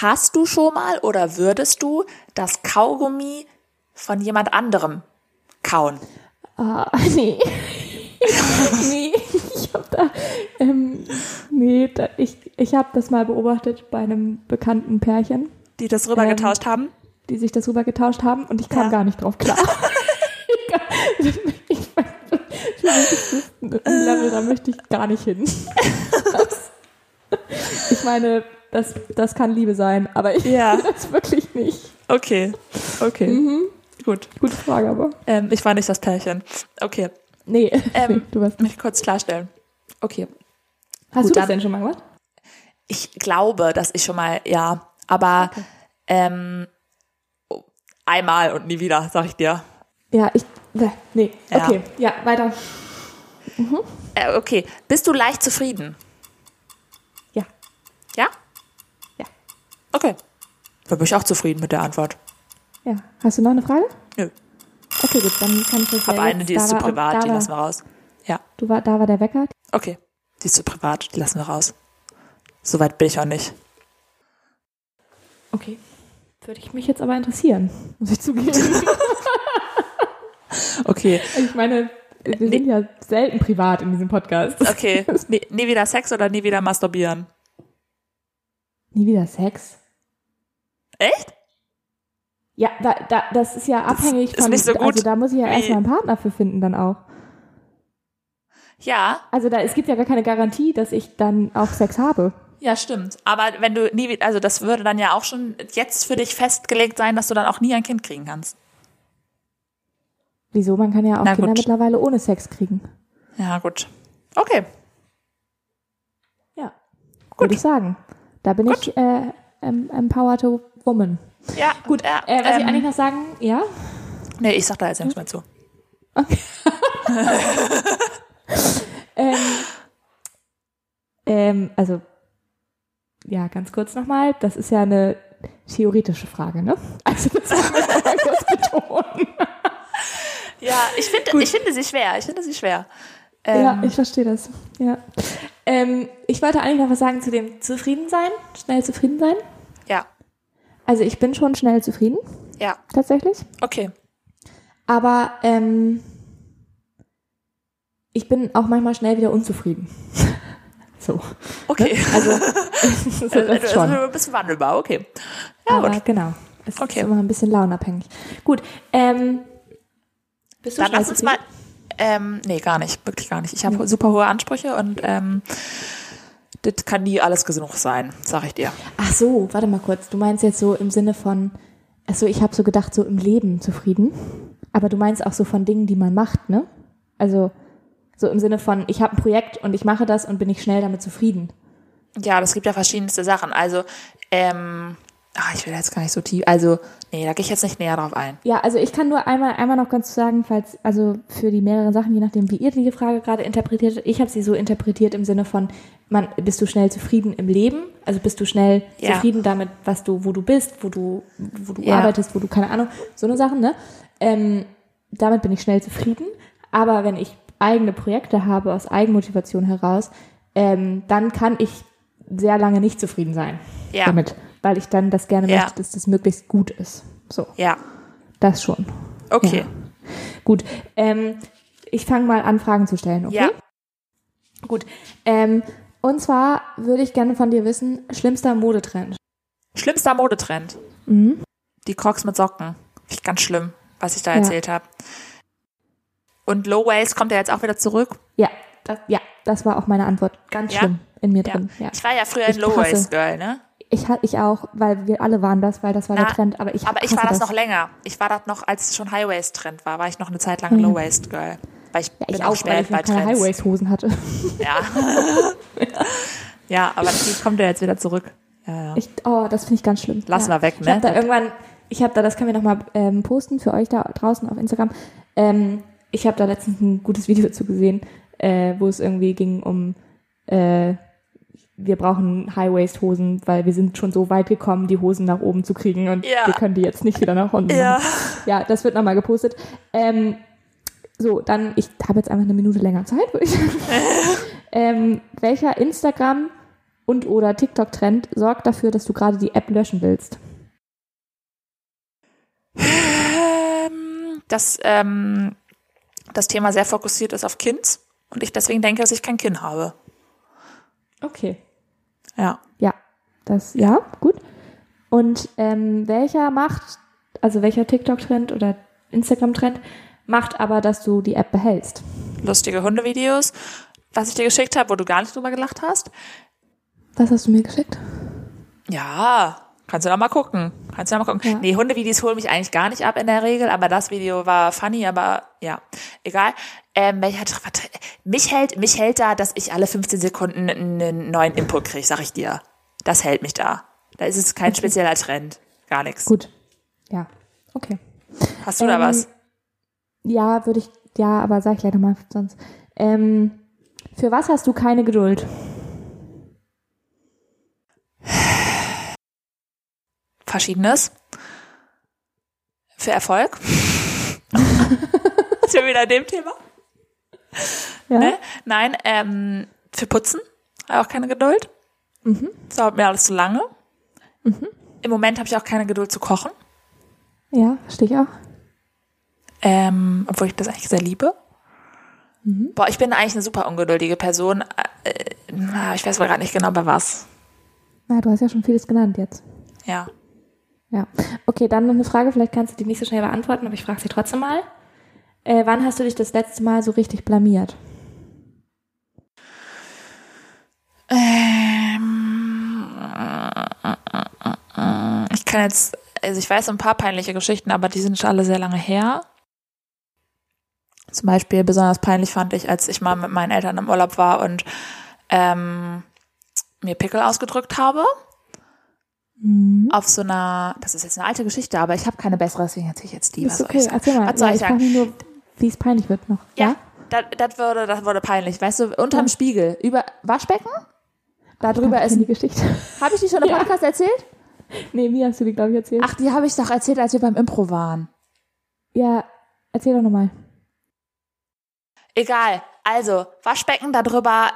Hast du schon mal oder würdest du das Kaugummi von jemand anderem kauen?
Ah, <laughs>
<laughs>
nee. nee, ich habe da, ähm, nee, da, ich, ich habe das mal beobachtet bei einem bekannten Pärchen.
Die das rübergetauscht haben?
die sich das rüber getauscht haben und ich kam
Ja.
gar nicht
<laughs>
drauf klar. ich, ich, für mich ist das ein Level, da möchte ich gar
<laughs>
nicht hin. Das, ich meine, das, das kann Liebe sein, aber ich
Ja.
will <laughs> das wirklich nicht.
Okay. Okay. Gut.
Gute Frage, aber.
Ähm, ich war nicht das Pärchen. Okay.
<laughs> Nee,
Ähm,
du warst.
mich kurz klarstellen. Okay.
Hast
gut,
du das
dann-
denn schon mal gemacht?
Ich glaube, dass ich schon mal, ja, aber ähm, oh, einmal und nie wieder, sag ich dir.
Ja, ich. Nee,
Ja.
okay, ja, weiter.
Äh, okay, bist du leicht zufrieden?
Ja.
Ja?
Ja.
Okay. Da bin ich auch zufrieden mit der Antwort.
Ja. Hast du noch eine Frage?
Nö.
Okay, gut, dann kann ich das
Hab
ja
eine,
jetzt-
die
da
ist zu
war- da
privat, die
war-
lassen wir raus. Ja,
Du war, da war der Wecker.
okay. Die ist zu privat, die lassen wir raus. Soweit bin ich auch nicht.
Okay. Würde ich mich jetzt aber interessieren, muss
<laughs>
ich zugeben.
Okay.
ich meine, wir
Nee.
sind ja selten privat in diesem
<laughs>
Podcast.
Okay. Nie, nie wieder Sex oder nie wieder masturbieren?
Nie wieder Sex.
Echt?
Ja, da, da, das ist ja abhängig
ist
von.
nicht so
Also
gut
da muss ich ja
wie-
erstmal einen Partner für finden dann auch.
Ja,
Also da es gibt ja gar keine Garantie, dass ich dann auch Sex habe.
Ja, stimmt. Aber wenn du nie, also das würde dann ja auch schon jetzt für dich festgelegt sein, dass du dann auch nie ein Kind kriegen kannst.
Wieso? Man kann ja auch
Na
Kinder
gut.
mittlerweile ohne Sex kriegen.
Ja, gut. Okay.
Ja. Würde ich sagen. Da bin ich äh, em- empowered woman.
Ja, gut. Ja,
Äh, was ich
ähm,
eigentlich noch sagen, ja?
nee, ich sag da jetzt nichts mehr zu.
Ähm, ähm, also, ja, ganz kurz nochmal. Das ist ja eine theoretische Frage, ne? Also, das muss man nochmal kurz betonen.
Ja, ich finde, ich finde sie schwer. Ich finde sie schwer.
ja,
Ähm,
ich verstehe das. Ja. Ähm, ich wollte eigentlich noch was sagen zu dem zufrieden sein, schnell zufrieden sein.
ja.
Also, ich bin schon schnell zufrieden,
ja, ja.
tatsächlich.
Okay.
Aber ähm, ich bin auch manchmal schnell wieder unzufrieden. <laughs> so.
Okay.
Also, so
<laughs>
das
Also,
schon.
du bist wandelbar. Okay.
Ja,
Ja,
aber
gut.
genau. Es
Okay.
ist immer ein bisschen launabhängig. Gut, ähm, bist
Dann
schnell
lass uns mal.
zufrieden?
Ähm, nee, gar nicht. Wirklich gar nicht. Ich habe super hohe Ansprüche und ähm, das kann nie alles genug sein, sag ich dir.
Ach so, warte mal kurz. Du meinst jetzt so im Sinne von, ach so, ich habe so gedacht, so im Leben zufrieden. Aber du meinst auch so von Dingen, die man macht, ne? Also so im Sinne von, ich habe ein Projekt und ich mache das und bin ich schnell damit zufrieden.
Ja, das gibt ja verschiedenste Sachen. Also, ähm, Ah, ich will jetzt gar nicht so tief. Also, nee, da gehe ich jetzt nicht näher drauf ein.
Ja, also ich kann nur einmal, einmal noch ganz sagen, falls, also für die mehreren Sachen, je nachdem, wie ihr die Frage gerade interpretiert, ich habe sie so interpretiert im Sinne von, man, bist du schnell zufrieden im Leben? Also bist du schnell
Ja.
zufrieden damit, was du, wo du bist, wo du, wo du
Ja.
arbeitest, wo du, keine Ahnung, so eine Sachen, ne? Ähm, damit bin ich schnell zufrieden. Aber wenn ich eigene Projekte habe aus Eigenmotivation heraus, ähm, dann kann ich sehr lange nicht zufrieden sein
Ja.
damit, weil ich dann das gerne
Ja.
möchte, dass das möglichst gut ist. So,
Ja.
das schon.
Okay.
Ja. Gut, ähm, ich fange mal an, Fragen zu stellen, okay?
Ja.
Gut. Ähm, und zwar würde ich gerne von dir wissen, schlimmster Modetrend.
Schlimmster Modetrend.
Mhm.
Die Crocs mit Socken. Finde ich ganz schlimm, was ich da
Ja.
erzählt habe. Und Low Waist kommt ja jetzt auch wieder zurück.
Ja, das, ja, das war auch meine Antwort. Ganz
Ja.
schlimm in mir
Ja.
drin. Ja.
Ich war ja früher
Ich
ein Low Waist
hasse-
Girl, ne?
Ich, ha- ich auch, weil wir alle waren das, weil das war
Na,
der Trend. Aber ich,
Aber ich
hasse
war das,
das
noch länger. Ich war das noch, als es schon High Waist Trend war, war ich noch eine Zeit lang Low Waist Girl. Weil ich
Mhm. Ja,
bin
ich
auch
auch, weil
schnell
ich noch
bei
keine
Trends.
Highways-Hosen hatte.
Ja.
<laughs>
ja, aber die kommt ja jetzt wieder zurück. Ja, ja.
Ich, oh, das finde ich ganz schlimm.
Lassen
ja.
wir weg,
Ich habe
ne?
da irgendwann, ich habe da, das können wir nochmal ähm, posten für euch da draußen auf Instagram. Ähm, ich habe da letztens ein gutes Video <laughs> zu gesehen, äh, wo es irgendwie ging um, äh, wir brauchen High-Waist-Hosen, weil wir sind schon so weit gekommen, die Hosen nach oben zu kriegen und
Ja.
wir können die jetzt nicht wieder nach unten
Ja.
machen. Ja, das wird nochmal gepostet. Ähm, so, dann, ich habe jetzt einfach eine Minute länger Zeit, würde ich <laughs> sagen. ähm, welcher Instagram- und oder TikTok-Trend sorgt dafür, dass du gerade die App löschen willst?
Ähm, dass ähm, das Thema sehr fokussiert ist auf Kinds und ich deswegen denke, dass ich kein Kind habe.
Okay.
Ja.
Ja, das, ja, gut. Und ähm, welcher macht, also welcher TikTok-Trend oder Instagram-Trend macht aber, dass du die App behältst?
Lustige Hundevideos, was ich dir geschickt habe, wo du gar nicht drüber gelacht hast.
Was hast du mir geschickt?
Ja, kannst du da mal gucken. Kannst du da mal gucken.
Ja.
Nee, Hundevideos holen mich eigentlich gar nicht ab in der Regel, aber das Video war funny, aber ja, egal. Ähm, welcher, Tra- warte, mich hält, mich hält da, dass ich alle 15 Sekunden einen neuen Input kriege, sag ich dir. Das hält mich da. Da ist es kein spezieller Trend. Gar nichts.
Gut. Ja, okay.
Hast du da
Ähm,
was?
Ja, würde ich, ja, aber sag ich gleich nochmal sonst. Ähm, für was hast du keine Geduld?
Verschiedenes? Für <laughs> Erfolg? Sind wir wieder an dem Thema?
Ja.
Ne? Nein, ähm, für Putzen. Auch keine Geduld.
Mhm.
Das dauert mir alles zu lange. Im Moment habe ich auch keine Geduld zu kochen,
Ja, verstehe ich auch.
ähm, obwohl ich das eigentlich sehr liebe. Boah, ich bin eigentlich eine super ungeduldige Person. Äh, na, ich weiß aber gerade nicht genau bei was.
Na, du hast ja schon vieles genannt jetzt.
Ja.
Ja. Okay, dann noch eine Frage, vielleicht kannst du die nicht so schnell beantworten, aber ich frage sie trotzdem mal. Äh, wann hast du dich das letzte Mal so richtig blamiert?
Ich kann jetzt, also ich weiß ein paar peinliche Geschichten, aber die sind schon alle sehr lange her. Zum Beispiel besonders peinlich fand ich, als ich mal mit meinen Eltern im Urlaub war und ähm, mir Pickel ausgedrückt habe.
Oh,
Auf so einer, das ist jetzt eine alte Geschichte, aber ich habe keine bessere, deswegen erzähle ich jetzt die.
Ist
was soll ich
okay,
sagen?
erzähl mal.
Was soll
ja,
ich
ich frage
sagen?
mich nur, wie es peinlich wird noch.
Ja, das, das, würde, das würde peinlich. Weißt du, unterm Spiegel, über Waschbecken, da drüber
Drüber ist
ist
die Geschichte. <laughs>
Habe ich die schon im
Ja.
Podcast erzählt?
nee, mir hast du die, glaube ich, erzählt.
Ach, die habe ich doch erzählt, als wir beim Impro waren.
Ja, erzähl doch nochmal.
Egal. Also, Waschbecken, darüber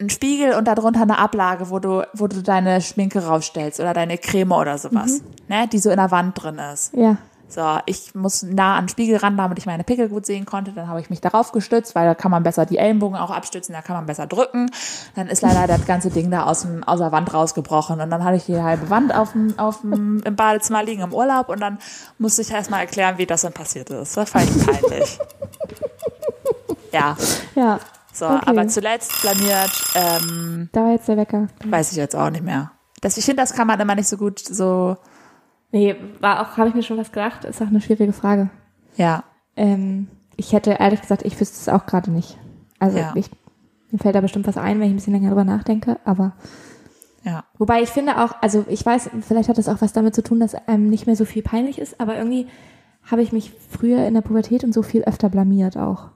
ein Spiegel und darunter eine Ablage, wo du, wo du deine Schminke rausstellst oder deine Creme oder sowas, ne, die so in der Wand drin ist.
Ja.
So, ich muss nah an den Spiegel ran, damit ich meine Pickel gut sehen konnte. Dann habe ich mich darauf gestützt, weil da kann man besser die Ellenbogen auch abstützen, da kann man besser drücken. Dann ist leider das ganze Ding da aus, dem, aus der Wand rausgebrochen. Und dann hatte ich die halbe Wand auf dem, auf dem, im Badezimmer liegen im Urlaub und dann musste ich erst mal erklären, wie das denn passiert ist. Das fand ich peinlich. ja.
Ja.
So,
Okay.
aber zuletzt blamiert, ähm,
Da war jetzt der Wecker.
weiß ich jetzt auch nicht mehr. Das, ich finde, das kann man immer nicht so gut so,
Nee, war auch, habe ich mir schon was gedacht. Ist auch eine schwierige Frage.
ja.
Ähm, ich hätte ehrlich gesagt, ich wüsste es auch gerade nicht. Also
Ja.
ich, mir fällt da bestimmt was ein, wenn ich ein bisschen länger drüber nachdenke, aber
Ja.
Wobei ich finde auch, also ich weiß, vielleicht hat das auch was damit zu tun, dass einem nicht mehr so viel peinlich ist, aber irgendwie habe ich mich früher in der Pubertät und so viel öfter blamiert auch.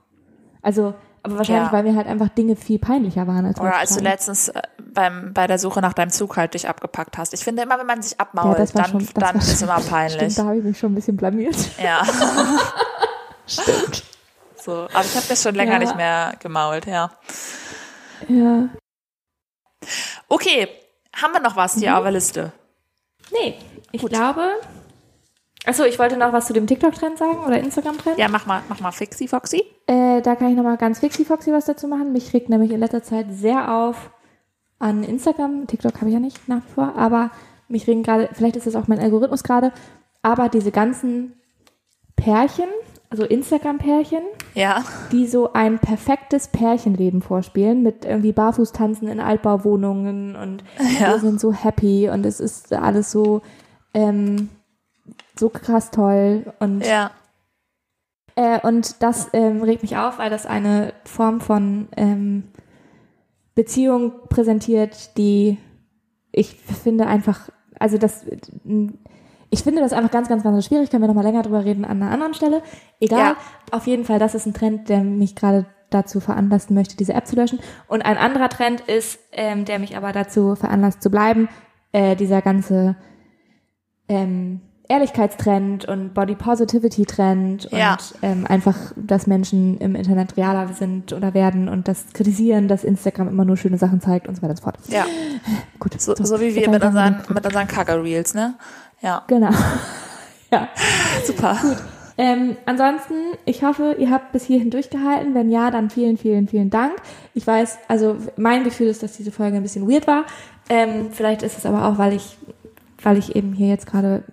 Also, aber wahrscheinlich,
Ja.
weil mir halt einfach Dinge viel peinlicher waren als
Oder als du
heutzutage.
letztens äh, beim, bei der Suche nach deinem Zug halt dich abgepackt hast. Ich finde immer, wenn man sich
Ja,
abmault,
das war
dann,
schon, das
dann
war
ist es
schon-
immer peinlich.
<laughs> Stimmt, da habe ich mich schon ein bisschen blamiert.
ja. <laughs> So. Aber ich habe das schon länger
Ja.
nicht mehr gemault, ja.
Ja.
Okay, haben wir noch was hier
Mhm.
auf der Liste?
Nee, ich glaube. Achso, ich wollte noch was zu dem TikTok-Trend sagen oder Instagram-Trend.
Ja, mach mal, mach mal Fixie Foxy.
Äh, da kann ich nochmal ganz fixi-foxy was dazu machen. Mich regt nämlich in letzter Zeit sehr auf an Instagram. TikTok habe ich ja nicht nach wie vor, aber mich regen gerade, vielleicht ist das auch mein Algorithmus gerade, aber diese ganzen Pärchen, also Instagram-Pärchen,
Ja.
die so ein perfektes Pärchenleben vorspielen, mit irgendwie Barfußtanzen in Altbauwohnungen und wir sind so happy und es ist alles so, ähm, so krass toll und <laughs>
Ja.
äh, und das ähm, regt mich auf, weil das eine Form von ähm, Beziehung präsentiert, die ich finde einfach, also das, ich finde das einfach ganz, ganz, ganz schwierig. Können wir nochmal länger drüber reden an einer anderen Stelle. Egal.
Ja.
Auf jeden Fall, das ist ein Trend, der mich gerade dazu veranlassen möchte, diese App zu löschen. Und ein anderer Trend ist, ähm, der mich aber dazu veranlasst zu bleiben, äh, dieser ganze ähm, Ehrlichkeitstrend und Body Positivity Trend
Ja.
und ähm, einfach, dass Menschen im Internet realer sind oder werden und das kritisieren, dass Instagram immer nur schöne Sachen zeigt und so weiter und so fort.
Ja.
Gut.
So, so wie wir
jetzt
mit
haben
unseren, mit unseren Kacke-Reels, ne?
<laughs>
Ja.
Genau. ja.
Super.
Ähm, ansonsten, ich hoffe, ihr habt bis hierhin durchgehalten. Wenn ja, dann vielen, vielen, vielen Dank. Ich weiß, also mein Gefühl ist, dass diese Folge ein bisschen weird war. Ähm, vielleicht ist es aber auch, weil ich, weil ich eben hier jetzt gerade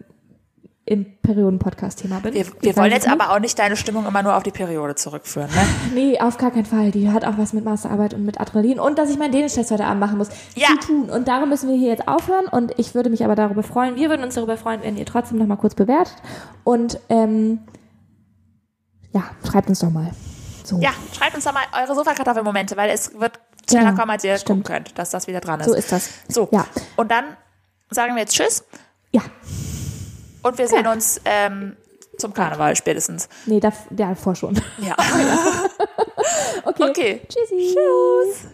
im Perioden-Podcast-Thema bin.
Wir,
Ich
wir
weiß
wollen
es
jetzt
nicht.
aber auch nicht deine Stimmung immer nur auf die Periode zurückführen, ne?
Nee, auf gar keinen Fall. Die hat auch was mit Masterarbeit und mit Adrenalin und dass ich meinen Dänisch-Test heute Abend machen muss.
Ja.
Zu tun. Und darum müssen wir hier jetzt aufhören. Und ich würde mich aber darüber freuen. Wir würden uns darüber freuen, wenn ihr trotzdem nochmal kurz bewertet. Und ähm, ja, schreibt uns doch mal. So.
<laughs> Ja, schreibt uns doch mal eure Sofakartoffelmomente, weil es wird schneller
Genau,
kommen, als ihr
stimmt.
gucken könnt, dass das wieder dran ist.
So ist das.
So.
Ja.
Und dann sagen wir jetzt Tschüss
Ja.
und wir sehen uns ähm, zum Karneval spätestens. <laughs>
Nee, da, ja, vor schon.
Ja.
Okay.
Okay.
<laughs> Tschüssi. Tschüss.